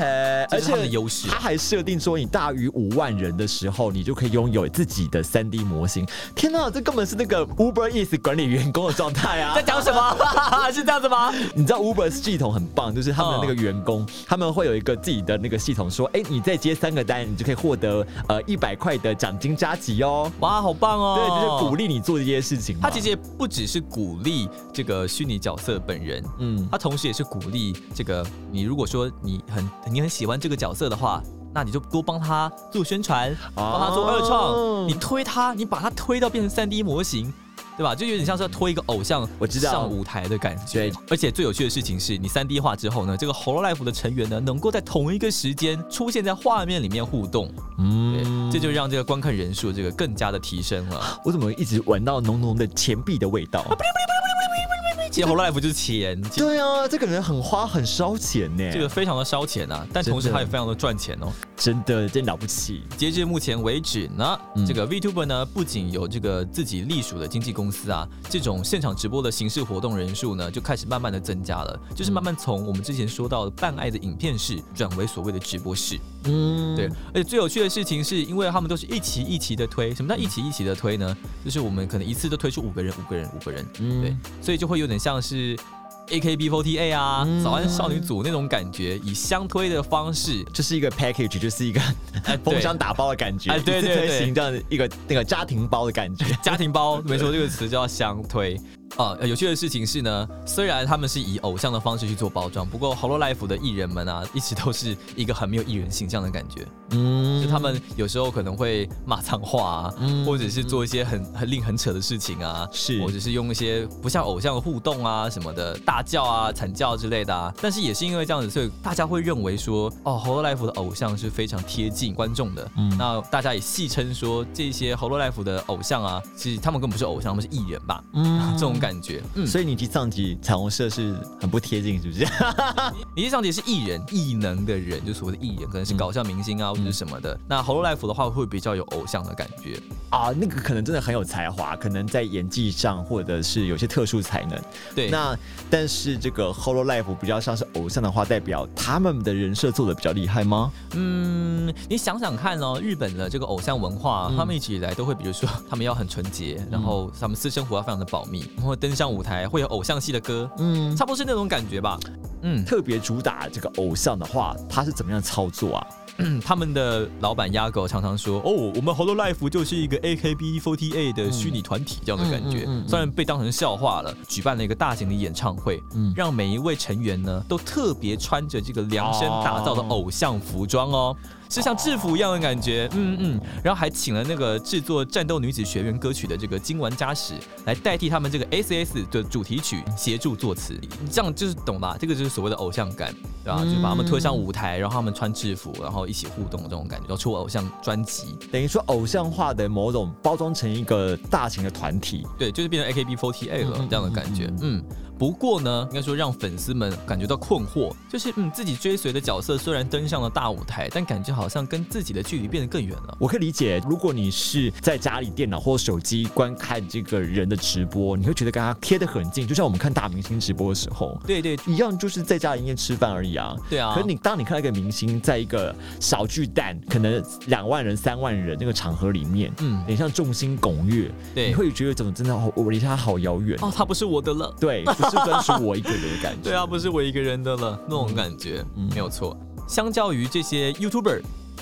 Speaker 2: 而
Speaker 3: 是他们的优势
Speaker 2: 它还设定说，你大于五万人的时候，你就可以拥有自己的三 D 模型。天哪，这根本是那个 Uber Eats 管理员工的状态 啊！
Speaker 3: 在讲什么？ 是这样子 吗？
Speaker 2: 你知道 Uber 系统很棒，就是他们的那个员 工，他们会有一个自己的那个系统，说，哎，你再接三个单，你就可以获得呃一百块的奖金加急哦。
Speaker 3: 哇，好棒哦！
Speaker 2: 对，就是鼓。励你做这些事情嘛。
Speaker 3: 他其实也不只是鼓励这个虚拟角色本人，
Speaker 2: 嗯，
Speaker 3: 他同时也是鼓励这个你。如果说你很你很喜欢这个角色的话，那你就多帮他做宣传，
Speaker 2: 哦
Speaker 3: 帮他做二创，你推他，你把他推到变成三 D 模型。对吧？就有点像是要推一个偶像
Speaker 2: 我知道
Speaker 3: 上舞台的感觉。
Speaker 2: 对，
Speaker 3: 而且最有趣的事情是你三 D 化之后呢，这个 Hololive 的成员呢，能够在同一个时间出现在画面里面互动，对，
Speaker 2: 嗯
Speaker 3: 这就让这个观看人数这个更加的提升 了。
Speaker 2: 我怎么一直闻到浓浓的钱币的味
Speaker 3: 啊
Speaker 2: 道？
Speaker 3: 其实 Hololive 就是钱，其实
Speaker 2: 对啊，这个人很花很烧钱呢，
Speaker 3: 这个非常的烧钱啊，但同时
Speaker 2: 真的
Speaker 3: 它也非常的赚钱哦。
Speaker 2: 真的真了不起。
Speaker 3: 截至目前为止呢，
Speaker 2: 嗯
Speaker 3: 这个 VTuber 呢不仅有这个自己隶属的经纪公司啊，这种现场直播的形式活动人数呢就开始慢慢的增加了，就是慢慢从我们之前说到的办爱的影片室转为所谓的直播室。
Speaker 2: 嗯，
Speaker 3: 对，而且最有趣的事情是，因为他们都是一期一期的推，
Speaker 2: 嗯
Speaker 3: 什么叫一期一期的推呢？就是我们可能一次都推出五个人，五个人，五个人，
Speaker 2: 嗯
Speaker 3: 对，所以就会有点像是 AKB48 啊、
Speaker 2: 嗯
Speaker 3: 早安少女组那种感觉，以相推的方式，
Speaker 2: 就是一个 package，就是一个
Speaker 3: 哎，
Speaker 2: 封
Speaker 3: 对，
Speaker 2: 箱打包的感觉，
Speaker 3: 哎对
Speaker 2: 一次
Speaker 3: 对
Speaker 2: 推
Speaker 3: 对
Speaker 2: 行这样的一个那个家庭包的 感觉。
Speaker 3: 家庭包，没错，这个词叫相推。啊、呃有趣的事情是呢，虽然他们是以偶像的方式去做包装，不过 Hololive 的艺人们啊，一直都是一个很没有艺人形象的感觉。
Speaker 2: 嗯嗯
Speaker 3: 就他们有时候可能会骂脏话啊，或者是做一些很很令很扯的事情啊，
Speaker 2: 是
Speaker 3: 或者是用一些不像偶像的互动啊什么的，大叫啊、惨叫之类的啊。但是也是因为这样子，所以大家会认为说，哦，Hololive 的偶像是非常贴近观众的。
Speaker 2: 嗯
Speaker 3: 那大家也戏称说，这些 Hololive 的偶像啊，其实他们根本不是偶像，他们是艺人吧？
Speaker 2: 嗯
Speaker 3: 这种感觉，嗯，
Speaker 2: 所以你去上集彩虹社是很不贴近，是不是？
Speaker 3: 你上也是艺人、艺能的人，就所谓的艺人，可能
Speaker 2: 嗯
Speaker 3: 是搞笑明星啊、或者是什么的。那 Hololive 的话，会比较有偶像的感觉。
Speaker 2: 啊，那个可能真的很有才华，可能在演技上或者是有些特殊才能。
Speaker 3: 对，
Speaker 2: 那但是这个 Hololive 比较像是偶像的话，代表他们的人设做的比较厉害吗？
Speaker 3: 嗯，你想想看哦，日本的这个偶像文化，他们一直以来都会，比如说他们要很纯洁，然后他们私生活要非常的保密，然后登上舞台会有偶像系的歌，
Speaker 2: 嗯，
Speaker 3: 差不多是那种感觉吧。嗯，
Speaker 2: 特别主打这个偶像的话，他是怎么样操作啊？
Speaker 3: 嗯他们的老板鸭狗常常说：“哦，我们 Hololive 就是一个 AKB48 的虚拟团体这样的感觉。虽然被当成笑话了，举办了一个大型的演唱会，
Speaker 2: 嗯
Speaker 3: 让每一位成员呢都特别穿着这个量身打造的偶像服装哦，是像制服一样的感觉。嗯嗯，然后还请了那个制作《战斗女子学院》歌曲的这个金丸佳史来代替他们这个 S.S 的主题曲协助作词，这样就是懂吧？这个就是所谓的偶像感，对吧？就把他们推上舞台，然后他们穿制服，然后一起互动这种感觉，然后出偶像专辑，
Speaker 2: 等于说偶像化的某种包装成一个大型的团体，
Speaker 3: 对，就是变成 AKB48 了
Speaker 2: 嗯嗯
Speaker 3: 这样的感觉。嗯，不过呢，应该说让粉丝们感觉到困惑，就是嗯，自己追随的角色虽然登上了大舞台，但感觉好像跟自己的距离变得更远了。
Speaker 2: 我可以理解，如果你是在家里电脑或手机观看这个人的直播，你会觉得跟他贴得很近，就像我们看大明星直播的时候
Speaker 3: 对对
Speaker 2: 一样，就是在家里面吃饭而已啊。
Speaker 3: 对啊
Speaker 2: 可，你当你看到一个明星在一个小巨蛋，可能两万人、三万人那个场合里面，
Speaker 3: 嗯，
Speaker 2: 你像众星拱月，你
Speaker 3: 对。
Speaker 2: 会觉得怎么真的好，我离他好遥远。
Speaker 3: 哦，他不是我的了。
Speaker 2: 对，不是专属我一个人的感觉。
Speaker 3: 对啊，不是我一个人的了，那种感觉、没有错。相较于这些 YouTuber，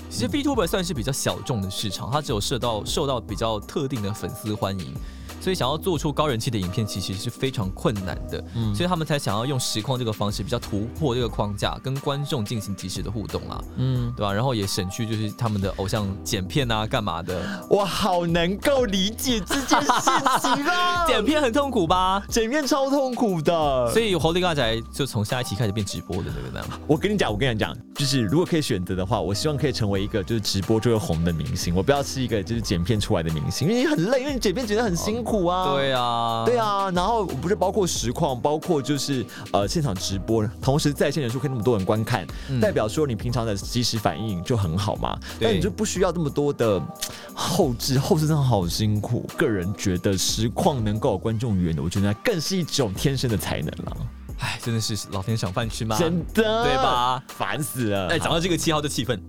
Speaker 3: 其实 VTuber 算是比较小众的市场，它只有受到受到比较特定的粉丝欢迎。所以想要做出高人气的影片其实是非常困难的，所以他们才想要用实况这个方式比较突破这个框架，跟观众进行及时的互动啦，
Speaker 4: 嗯，
Speaker 3: 对吧、然后也省去就是他们的偶像剪片啊干嘛的，，
Speaker 4: 我好能够理解这件事情啦
Speaker 3: 剪片很痛苦吧？
Speaker 4: 整片超痛苦的。
Speaker 3: 所以活力大宅就从下一期开始变直播的那个那样，
Speaker 2: 我跟你讲，我跟你讲，就是如果可以选择的话，我希望可以成为一个就是直播就会红的明星，我不要是一个就是剪片出来的明星，因为很累，因为你剪片剪得很辛
Speaker 4: 哦
Speaker 2: 苦啊。
Speaker 3: 对啊，
Speaker 2: 对啊，然后不是包括实况，包括就是呃现场直播，同时在线人数可以那么多人观看，
Speaker 3: 嗯
Speaker 2: 代表说你平常的及时反应就很好嘛。但
Speaker 3: 对
Speaker 2: 你就不需要这么多的呃后置，后置真的好辛苦。个人觉得实况能够有观众缘的，我觉得那更是一种天生的才能了，
Speaker 3: 哎，真的是老天赏饭吃吗？
Speaker 2: 真的
Speaker 3: 对？吧？
Speaker 2: 烦死了！
Speaker 3: 哎，讲到这个七号的气氛。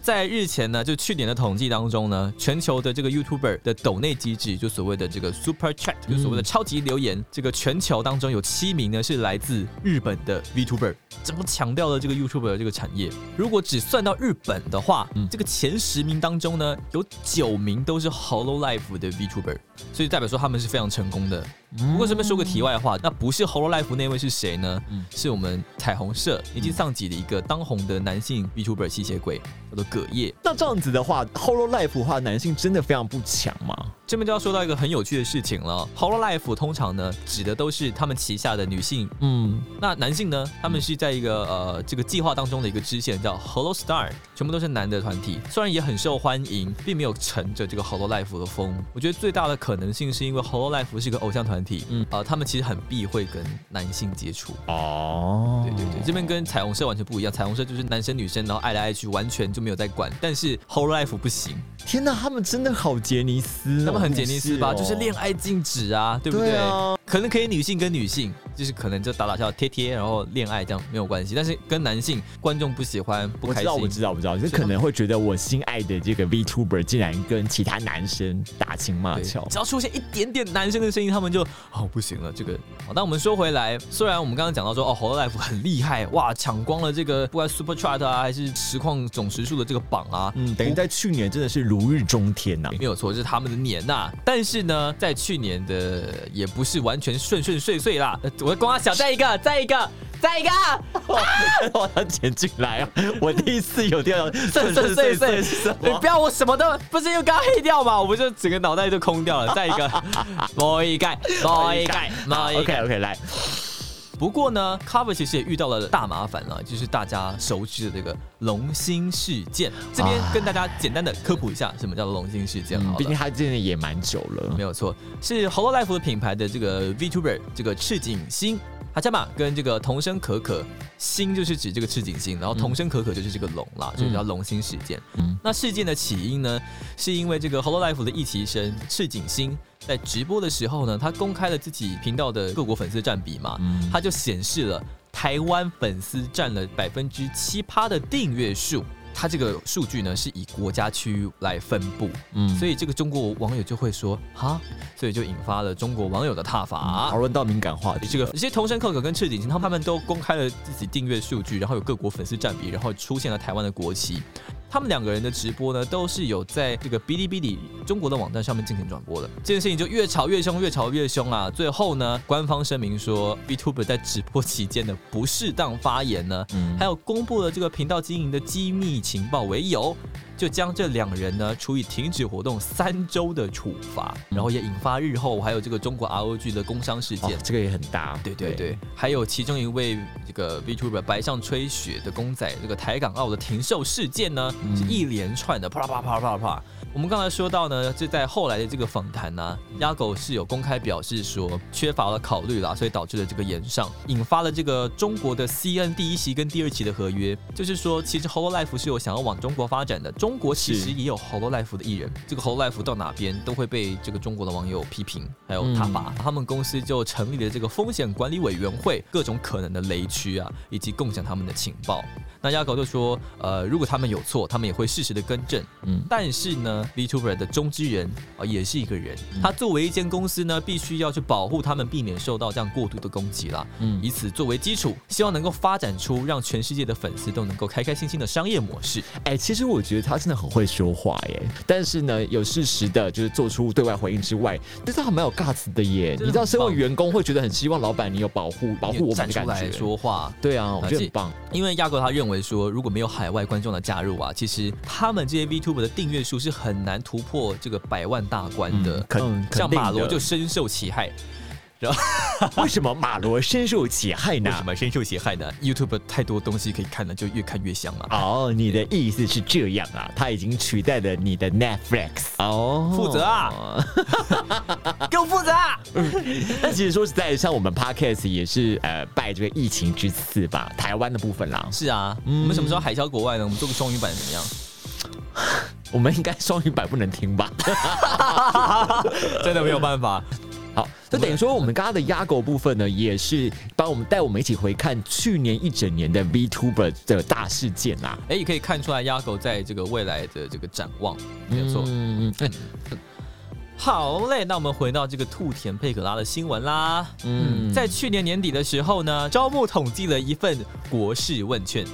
Speaker 3: 在日前呢，就去年的统计当中呢，全球的这个 YouTuber 的抖内机制，就所谓的这个 Super Chat，就所谓的超级留言，这个全球当中有七名呢是来自日本的 VTuber，这不强调了这个 YouTuber 的这个产业。如果只算到日本的话，这个前十名当中呢，有九名都是 Hololive 的 VTuber，所以代表说他们是非常成功的。不过这边说个题外话，那不是 Hololive 那位是谁呢？是我们彩虹社已经丧己的一个当红的男性 VTuber 吸血鬼，叫做葛叶。
Speaker 2: 那这样子的话，Hololive 的话，男性真的非常不强嘛？
Speaker 3: 这边就要说到一个很有趣的事情了。Hololive 通常呢指的都是他们旗下的女性，
Speaker 2: 嗯，
Speaker 3: 那男性呢，他们是在一个呃这个计划当中的一个支线叫 Hollow Star，全部都是男的团体，虽然也很受欢迎，并没有乘着这个 Hollow Life 的风。我觉得最大的可能性是因为 Hollow Life 是一个偶像团体，嗯，呃，他们其实很避讳跟男性接触。
Speaker 2: 哦，
Speaker 3: 对对对，这边跟彩虹社完全不一样，彩虹社就是男生女生，然后爱来爱去，完全就没有在管。但是 Whole Life 不行，
Speaker 2: 天哪，他们真的好杰尼斯、哦，
Speaker 3: 他们很杰尼斯吧，
Speaker 2: 故
Speaker 3: 就
Speaker 2: 事哦
Speaker 3: 是恋爱禁止啊，对不对？
Speaker 2: 对啊，
Speaker 3: 可能可以女性跟女性，就是可能就打打笑、贴贴，然后恋爱这样没有关系。但是跟男性观众不喜欢、不
Speaker 2: 我
Speaker 3: 开
Speaker 2: 知
Speaker 3: 心
Speaker 2: 道，，我知道，我知道，就可能会觉得我心爱的这个 VTuber 竟然跟其他男生打情骂
Speaker 3: 对
Speaker 2: 俏，
Speaker 3: 只要出现一点点男生的声音，他们就哦不行了。这个好，那我们说回来，虽然我们刚刚讲到说哦，Whole Life 很厉害哇，抢光了这个不管 Super Chart 啊，还是实况总时数的这个榜啊，
Speaker 2: 嗯，等于在去年真的是如日中天 啊呐、
Speaker 3: 没有错，这是他们的年呐、但是呢，在去年的也不是完全顺顺遂遂啦。呃我光想再一个，再一个，再一 个，
Speaker 2: 我要剪进来啊！我第一次 有掉
Speaker 3: 顺顺遂遂。你不要我什么都不是又刚黑掉嘛，我不就整个脑袋就空 掉了。再一个，摸一 盖，摸一盖，摸一盖。
Speaker 2: OK OK，来，
Speaker 3: 不过呢，Cover 其实也遇到了大麻烦了，就是大家熟知的这个龙星事件。这边跟大家简单的科普一下，什么叫做龙星事件好了。
Speaker 2: 嗯毕竟他真的也蛮久了
Speaker 3: 没，有错，是 Hololive 的品牌的这个 VTuber 这个赤井星。哈加玛跟这个童声可可，星就是指这个赤井星，然后童声可可就是这个龙啦，所以叫龙星事件。
Speaker 2: 嗯
Speaker 3: 那事件的起因呢，是因为这个 Hololive 的一期生赤井星在直播的时候呢，他公开了自己频道的各国粉丝占比嘛，
Speaker 2: 嗯
Speaker 3: 他就显示了台湾粉丝占了百分之七趴的订阅数。他这个数据呢是以国家区域来分布，
Speaker 2: 嗯，
Speaker 3: 所以这个中国网友就会说哈，所以就引发了中国网友的挞伐
Speaker 2: 讨。论到敏感话题，
Speaker 3: 啊这个这些同声可可跟赤井星，他们都公开了自己订阅数据，然后有各国粉丝占比，然后出现了台湾的国旗。他们两个人的直播呢，都是有在这个哔哩哔哩中国的网站上面进行转播的。这件事情就越吵越凶，越吵越凶啊！最后呢，官方声明说，Vtuber 在直播期间的不适当发言呢，嗯
Speaker 2: 嗯
Speaker 3: 还有公布了这个频道经营的机密情报为由，就将这两人呢处以停止活动三周的处罚，然后也引发日后还有这个中国 ROG 的工伤事
Speaker 2: 哦
Speaker 3: 件。
Speaker 2: 这个也很大，
Speaker 3: 对对对，还有其中一位这个 Vtuber 白上吹雪的公仔，这个台港澳的停售事件呢，是一连串的啪啦啪啦啪啦啪啦啪啦。我们刚才说到呢，就在后来的这个访谈呢、鸭狗是有公开表示说缺乏了考虑啦，所以导致了这个延上，引发了这个中国的 CN 第一期跟第二期的合约。就是说，其实 Hololive 是有想要往中国发展的，中国其实也有 Hololive 的艺人，这个 Hololive 到哪边都会被这个中国的网友批评，还有
Speaker 2: 嗯
Speaker 3: 挞伐。他们公司就成立了这个风险管理委员会，各种可能的雷区啊，以及共享他们的
Speaker 2: 嗯
Speaker 3: 情报。那鸭狗就说，呃，如果他们有错，他们也会适时的更正。但是呢，呢，B Tuber 的中之人啊、也是一个人，
Speaker 2: 嗯
Speaker 3: 他作为一间公司呢，必须要去保护他们，避免受到这样过度的攻击啦。
Speaker 2: 嗯
Speaker 3: 以此作为基础，希望能够发展出让全世界的粉丝都能够开开心心的商业模式。
Speaker 2: 哎、其实我觉得他真的很会说话耶，但是呢，有适时的，就是做出对外回应之外，就是他蛮有 guts 的耶。
Speaker 3: 真的
Speaker 2: 你知道，
Speaker 3: 很
Speaker 2: 身为
Speaker 3: 棒
Speaker 2: 员工会觉得很希望老板你有保护保护我们
Speaker 3: 站
Speaker 2: 的
Speaker 3: 出
Speaker 2: 感
Speaker 3: 来
Speaker 2: 觉。
Speaker 3: 说话，
Speaker 2: 对啊，我觉
Speaker 3: 而
Speaker 2: 得
Speaker 3: 且
Speaker 2: 很棒。
Speaker 3: 哦因为亚哥他认为说，如果没有海外观众的加入啊，其实他们这些 VTuber 的订阅数是很难突破这个百万大关的。
Speaker 2: 肯嗯
Speaker 3: 像马罗就是深受其害，
Speaker 2: 为什么马罗深受其害
Speaker 3: 为
Speaker 2: 呢
Speaker 3: 什？么深受其害呢？YouTube 太多东西可以看了，就越看越香啊嘛。
Speaker 2: 哦，你的意思是这样啊？他已经取代了你的 Netflix 哦，
Speaker 3: 负责 啊！给我负责啊！
Speaker 2: 但其实说实在，像我们 podcast 也是呃拜这个疫情之赐吧，台湾的部分啦，
Speaker 3: 是啊，我们什么时候海销国外呢？我们做个双语版怎么样？
Speaker 2: 我们应该双语版不能听吧？
Speaker 3: 真的没有办法，
Speaker 2: 好，就等于说我们刚刚的压狗部分呢，也是帮我们带我们一起回看去年一整年的 VTuber 的大事件啊啦。
Speaker 3: 哎，也可以看出来鸭狗在这个未来的这个展望，没有错。
Speaker 2: 嗯嗯
Speaker 3: 好嘞，那我们回到这个兔田佩可拉的新闻啦。嗯，在去年年底的时候呢，招募统计了一份国事问卷。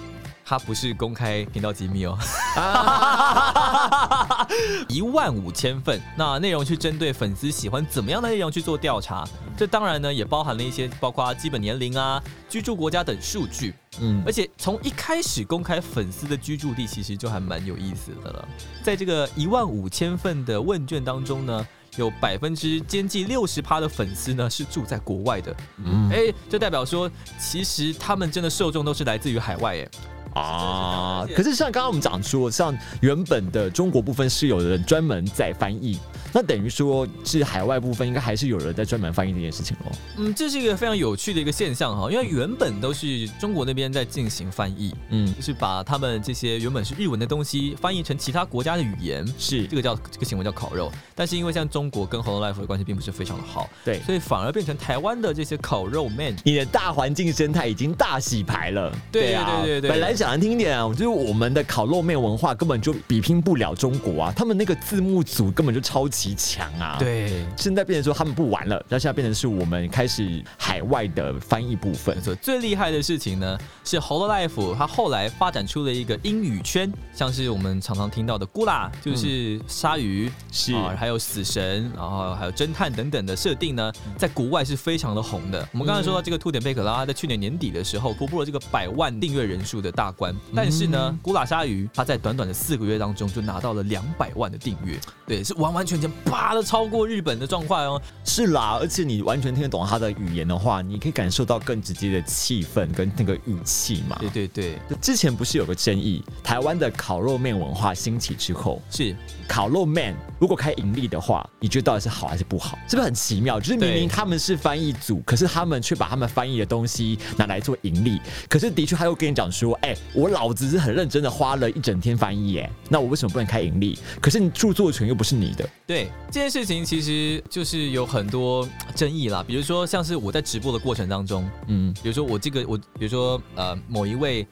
Speaker 3: 它不是公开频道机密哦， 一万五千份。那内容去针对粉丝喜欢怎么样的内容去做调查，这当然呢也包含了一些包括基本年龄啊、居住国家等数据。
Speaker 2: 嗯
Speaker 3: 而且从一开始公开粉丝的居住地，其实就还蛮有意思的了。在这个一万五千份的问卷当中呢，有百分之将近六十趴的粉丝呢是住在国外的，
Speaker 2: 嗯
Speaker 3: 哎、这代表说其实他们真的受众都是来自于海外，哎，
Speaker 2: 啊，可是像刚刚我们讲说，像原本的中国部分是有人专门在翻译，那等于说是海外部分应该还是有人在专门翻译这件事情咯。
Speaker 3: 嗯，这是一个非常有趣的一个现象哈，因为原本都是中国那边在进行翻译，
Speaker 2: 嗯，
Speaker 3: 就是把他们这些原本是日文的东西翻译成其他国家的语言，
Speaker 2: 是
Speaker 3: 这个叫这个行为叫烤肉，但是因为像中国跟 Hello Life 的关系并不是非常的好，
Speaker 2: 对
Speaker 3: 所以反而变成台湾的这些烤肉 man。
Speaker 2: 你的大环境生态已经大洗牌了。
Speaker 3: 对
Speaker 2: 啊，
Speaker 3: 对对对
Speaker 2: 本来想听点啊，就是我们的烤肉面文化根本就比拼不了中国啊，他们那个字幕组根本就超级强啊。。
Speaker 3: 对，
Speaker 2: 现在变成说他们不玩了，那现在变成是我们开始海外的翻译部分
Speaker 3: 没。错。最厉害的事情呢，是 Hello Life 它后来发展出了一个英语圈，像是我们常常听到的 Gula，就是鲨鱼，
Speaker 2: 是
Speaker 3: 啊还有死神，然后还有侦探等等的设定呢，在国外是非常的红的。我们刚才说到这个兔点贝可拉，它在去年年底的时候突破了这个百万订阅人数的大关，但是呢，古拉鲨鱼它在短短的四个月当中就拿到了两百万的订阅，对，是完完全全啪的超过日本的状况哦。
Speaker 2: 是啦，而且你完全听得懂他的语言的话，你可以感受到更直接的气氛跟那个语气嘛。
Speaker 3: 对对对，
Speaker 2: 之前不是有个争议，台湾的烤肉面文化兴起之后，
Speaker 3: 是
Speaker 2: 烤肉 man 如果开盈利的话，你觉得到底是好还是不好？是不是很奇妙？就是明
Speaker 3: 对
Speaker 2: 明他们是翻译组，可是他们却把他们翻译的东西拿来做盈利。可是的确，他又跟你讲说，哎、我老子是很认真的花了一整天翻译，哎，那我为什么不能开盈利？可是你著作权又不是你的，
Speaker 3: 对这件事情，其实就是有很多争议啦。比如说，像是我在直播的过程当中，
Speaker 2: 嗯
Speaker 3: 比如说我这个我，比如说呃某一位，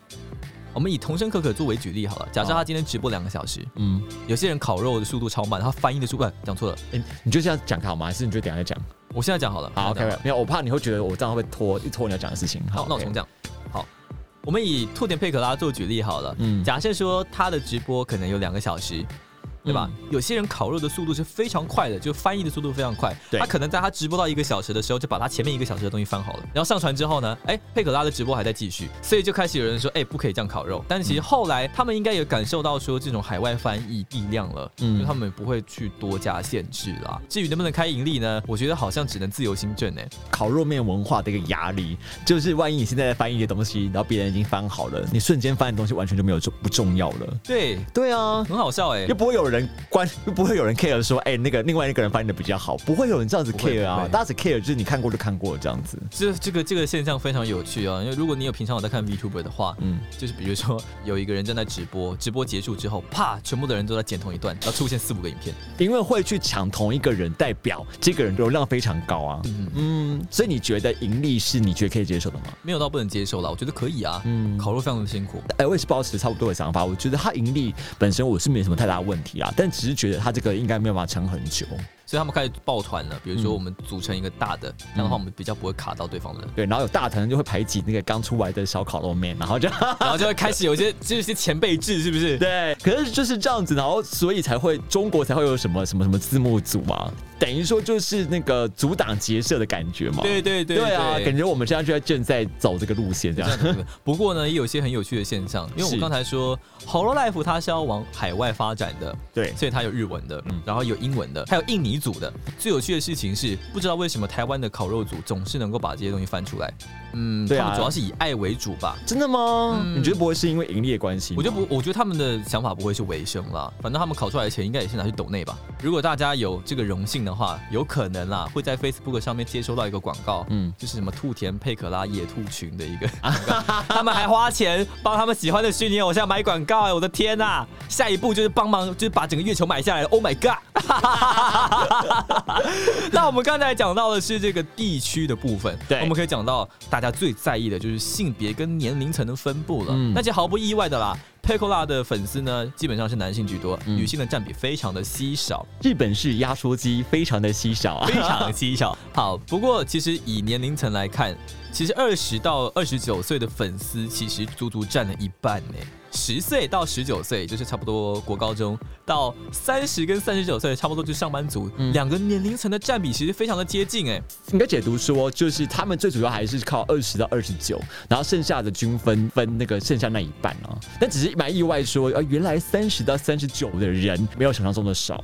Speaker 3: 我们以童声可可作为举例好了。假设他今天直播两个小时，
Speaker 2: 嗯，
Speaker 3: 有些人烤肉的速度超慢，他翻译的速度，哎讲错了，
Speaker 2: 哎、你就这样讲好吗？还是你就等一下再讲？
Speaker 3: 我现在讲好了。
Speaker 2: 好
Speaker 3: 我现在讲
Speaker 2: ，OK，没有，我怕你会觉得我这样会不会拖一拖你要讲的事情。
Speaker 3: 好，那我重
Speaker 2: 讲，
Speaker 3: 讲。好，我们以兔点佩可拉做举例好了。
Speaker 2: 嗯
Speaker 3: 假设说他的直播可能有两个小时，对吧？
Speaker 2: 嗯
Speaker 3: 有些人烤肉的速度是非常快的，就翻译的速度非常快。
Speaker 2: 对
Speaker 3: 他可能在他直播到一个小时的时候，就把他前面一个小时的东西翻好了，然后上传之后呢，哎，佩可拉的直播还在继续，所以就开始有人说，哎，不可以这样烤肉。但其
Speaker 2: 嗯
Speaker 3: 实后来他们应该也感受到说这种海外翻译力量了，嗯，
Speaker 2: 嗯
Speaker 3: 就他们也不会去多加限制啦。至于能不能开盈利呢？我觉得好像只能自由新政哎、
Speaker 2: 烤肉面文化的一个压力，就是万一你现在在翻译的东西，然后别人已经翻好了，你瞬间翻的东西完全就没有重不重要了。
Speaker 3: 对，
Speaker 2: 对啊，
Speaker 3: 很好笑哎、
Speaker 2: 又不会有人关，又不会有人 care 说，哎、那个另外一个人翻译的比较好，不会有人这样子
Speaker 3: 不会
Speaker 2: care
Speaker 3: 不
Speaker 2: 啊，
Speaker 3: 会
Speaker 2: 大家只 care 就是你看过就看过这样子。
Speaker 3: 这这个这个现象非常有趣啊，因为如果你有平常有在看 Vtuber 的话，
Speaker 2: 嗯
Speaker 3: 嗯，就是比如说有一个人正在直播，直播结束之后，啪，全部的人都在剪同一段，然后出现四五个影片，
Speaker 2: 因为会去抢同一个人，代表这个人流量非常高啊。嗯，所以你觉得盈利是你觉得可以接受的吗？
Speaker 3: 没有到不能接受了，我觉得可以啊，
Speaker 2: 嗯
Speaker 3: 嗯，烤肉非常的辛苦，
Speaker 2: 哎、我也是保持差不多的想法。我觉得它盈利本身我是没什么太大问题，呀，但只是觉得它这个应该没有办法撑很久。
Speaker 3: 所以他们开始抱团了。比如
Speaker 2: 嗯
Speaker 3: 说我们组成一个大的，这样的话我们比较不会卡到对方的人，
Speaker 2: 对，然后有大团就会排挤那个刚出来的小烤肉面，然后就
Speaker 3: 然后就会开始有一些就是一些前辈制，是不是？
Speaker 2: 对，可是就是这样子，然后所以才会中国才会有什么什么什么字幕组嘛，等于说就是那个阻挡结社的感觉嘛。
Speaker 3: 对对对
Speaker 2: 对啊，
Speaker 3: 对
Speaker 2: 感觉我们现在就在正在走这个路线这样。
Speaker 3: 不过呢，也有一些很有趣的现象，因为我
Speaker 2: 是
Speaker 3: 刚才说 Hololive 它是要往海外发展的，
Speaker 2: 对嗯
Speaker 3: 所以它有日文的，然后有英文的，还有印尼组的。最有趣的事情是，不知道为什么台湾的烤肉组总是能够把这些东西翻出来。嗯，
Speaker 2: 对啊
Speaker 3: 他们主要是以爱为主吧。
Speaker 2: 真的吗？
Speaker 3: 嗯
Speaker 2: 你觉得不会是因为盈利的关系吗？
Speaker 3: 我觉得不，我觉得他们的想法不会是维生啦，反正他们烤出来的钱应该也是拿去抖内吧。如果大家有这个荣幸的话，有可能啦，会在 Facebook 上面接收到一个广告，嗯
Speaker 2: 嗯，
Speaker 3: 就是什么兔田佩可拉野兔群的一个 广告，他们还花钱帮他们喜欢的虚拟偶像买广告、哎，我的天呐、下一步就是帮忙，就是把整个月球买下来了，Oh my god！那我们刚才讲到的是这个地区的部分，
Speaker 2: 对
Speaker 3: 我们可以讲到大家最在意的就是性别跟年龄层的分布了。
Speaker 2: 嗯
Speaker 3: 那就毫不意外的啦 p e c o l a 的粉丝呢，基本上是男性居多，女性的占比非常的稀少，
Speaker 2: 日本是压缩机非常的稀少啊。
Speaker 3: 非常的稀少。好，不过其实以年龄层来看，其实二十到二十九岁的粉丝其实足足占了一半呢。十岁到十九岁，就是差不多国高中到三十跟三十九岁，差不多就上班族，两个年龄层的占比其实非常的接近哎。
Speaker 2: 应该解读说，就是他们最主要还是靠二十到二十九，然后剩下的均分分那个剩下那一半啊。但只是蛮意外说，呃，原来三十到三十九的人没有想象中的少。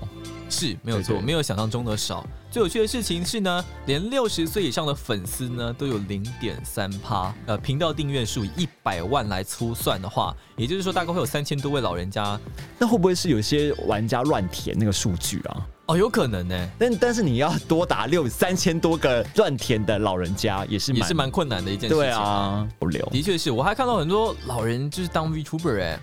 Speaker 3: 是没有错，
Speaker 2: 对对
Speaker 3: 没有想象中的少。最有趣的事情是呢，连六十岁以上的粉丝呢都有零点三趴，呃，频道订阅数以一百万来粗算的话，也就是说大概会有三千多位老人家
Speaker 2: 那会不会是有些玩家乱填那个数据啊？
Speaker 3: 哦，有可能呢、
Speaker 2: 但但是你要多达六三千多个乱填的老人家，也是
Speaker 3: 也是蛮困难的一件事情。
Speaker 2: 对，啊，不留。
Speaker 3: 的确是我还看到很多老人就是当 VTuber 哎、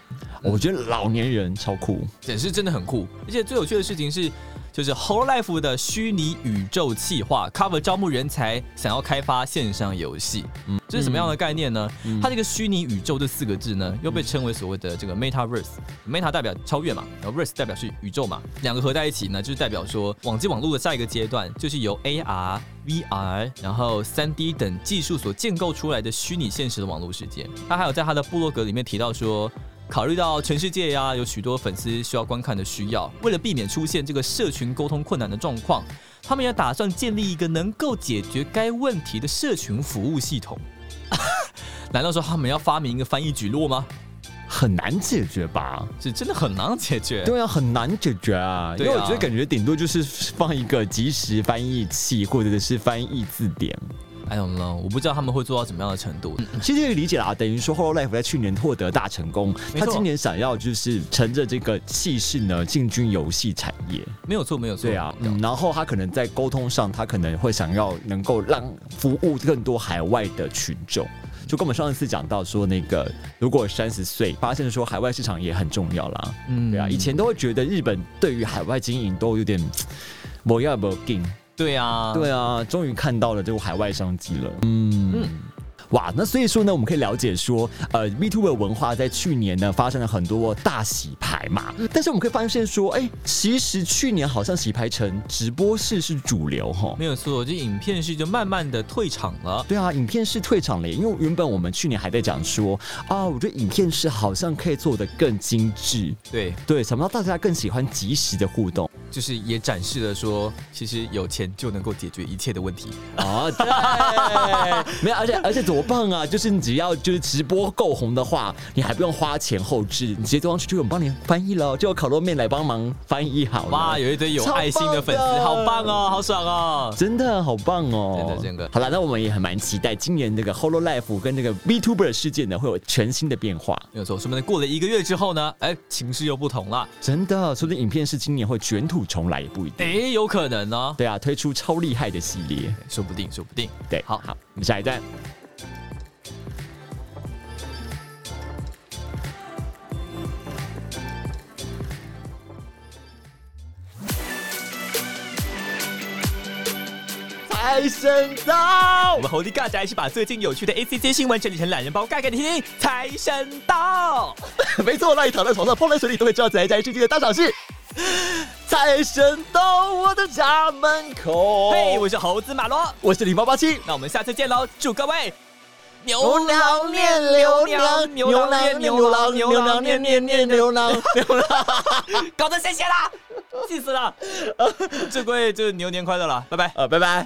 Speaker 2: 我觉得老年人超酷，
Speaker 3: 也是真的很酷。而且最有趣的事情是，就是 Whole Life 的虚拟宇宙企划 Cover 招募人才，想要开发线上游戏。嗯，这是什么样的概念呢？它这个虚拟宇宙这四个字呢，又被称为所谓的这个 MetaVerse。Meta 代表超越嘛，然后 Verse 代表是宇宙嘛，两个合在一起呢，就是代表说网际网络的下一个阶段，就是由 AR。VR，然后 3D 等技术所建构出来的虚拟现实的网络世界。他还有在他的部落格里面提到说，考虑到全世界呀、有许多粉丝需要观看的需要，为了避免出现这个社群沟通困难的状况，他们也打算建立一个能够解决该问题的社群服务系统。难道说他们要发明一个翻译举落吗？
Speaker 2: 很难解决吧？
Speaker 3: 是真的很难解决。
Speaker 2: 对啊，很难解决啊，因
Speaker 3: 对啊
Speaker 2: 为我觉得感觉顶多就是放一个即时翻译器或者是翻译字典，
Speaker 3: I don't know，我不哎知道他们会做到怎么样的程度。
Speaker 2: 其实可以理解啦，等于说 Hololive 在去年获得大成功，
Speaker 3: 没
Speaker 2: 他
Speaker 3: 错
Speaker 2: 今年想要就是乘着这个气势呢进军游戏产业。
Speaker 3: 没有错，没有错。
Speaker 2: 对啊，嗯，然后他可能在沟通上，他可能会想要能够让服务更多海外的群众。就跟我们上一次讲到说，那个如果三十岁发现说海外市场也很重要啦，
Speaker 3: 嗯
Speaker 2: 对啊，以前都会觉得日本对于海外经营都有点没要没劲，
Speaker 3: 对啊，
Speaker 2: 对啊，终于看到了这个海外商机了。嗯。哇，那所以说呢，我们可以了解说，呃，VTuber 文化在去年呢发生了很多大洗牌嘛，但是我们可以发现说，哎、其实去年好像洗牌成直播室是主流哈。
Speaker 3: 没有错，这影片是就慢慢的退场了。
Speaker 2: 对啊，影片是退场了耶，因为原本我们去年还在讲说，啊，我觉得影片是好像可以做得更精致，
Speaker 3: 对，
Speaker 2: 对，想不到大家更喜欢及时的互动。
Speaker 3: 就是也展示了说，其实有钱就能够解决一切的问题。
Speaker 2: 哦，对，没有，而且而且多棒啊！就是你只要就是直播够红的话，你还不用花钱后置，你直接丢上去就有人帮你翻译了，就有烤肉面来帮忙翻译好了。
Speaker 3: 哇，有一堆有爱心的粉
Speaker 2: 超棒
Speaker 3: 丝，
Speaker 2: 的
Speaker 3: 好棒哦，好爽哦！
Speaker 2: 真的好棒哦！
Speaker 3: 真的真的
Speaker 2: 好了，那我们也很蛮期待今年这个 Hololive 跟这个 VTuber 事件呢，会有全新的变化。
Speaker 3: 没有错，说不定过了一个月之后呢，哎，情势又不同了，
Speaker 2: 真的，说不定影片是今年会卷土重来，也不一定。
Speaker 3: 哎，有可能呢，哎
Speaker 2: 对啊，推出超厉害的系列。
Speaker 3: 说不定，说不定。
Speaker 2: 对，
Speaker 3: 好
Speaker 2: 好，我们下一站。财神到
Speaker 3: 我！们猴力尬宅是把最近有趣的 ACC 新闻整理成懒人包，盖给你听听。财神到，哦
Speaker 2: 没错，让你躺在床上、泡在水里都会知道宅宅世界的大小事。财神到我的家门口。
Speaker 3: 嘿，我是猴子马罗，
Speaker 2: 我是零八八七，
Speaker 3: 那我们下次见喽！祝各位哦
Speaker 2: 牛
Speaker 3: 牛
Speaker 2: 郎恋牛郎，牛郎恋牛郎，牛郎恋恋恋牛郎。
Speaker 3: 搞 得谢谢啦，气死了！祝各位就是牛年快乐啦，拜拜。
Speaker 2: 呃，拜拜。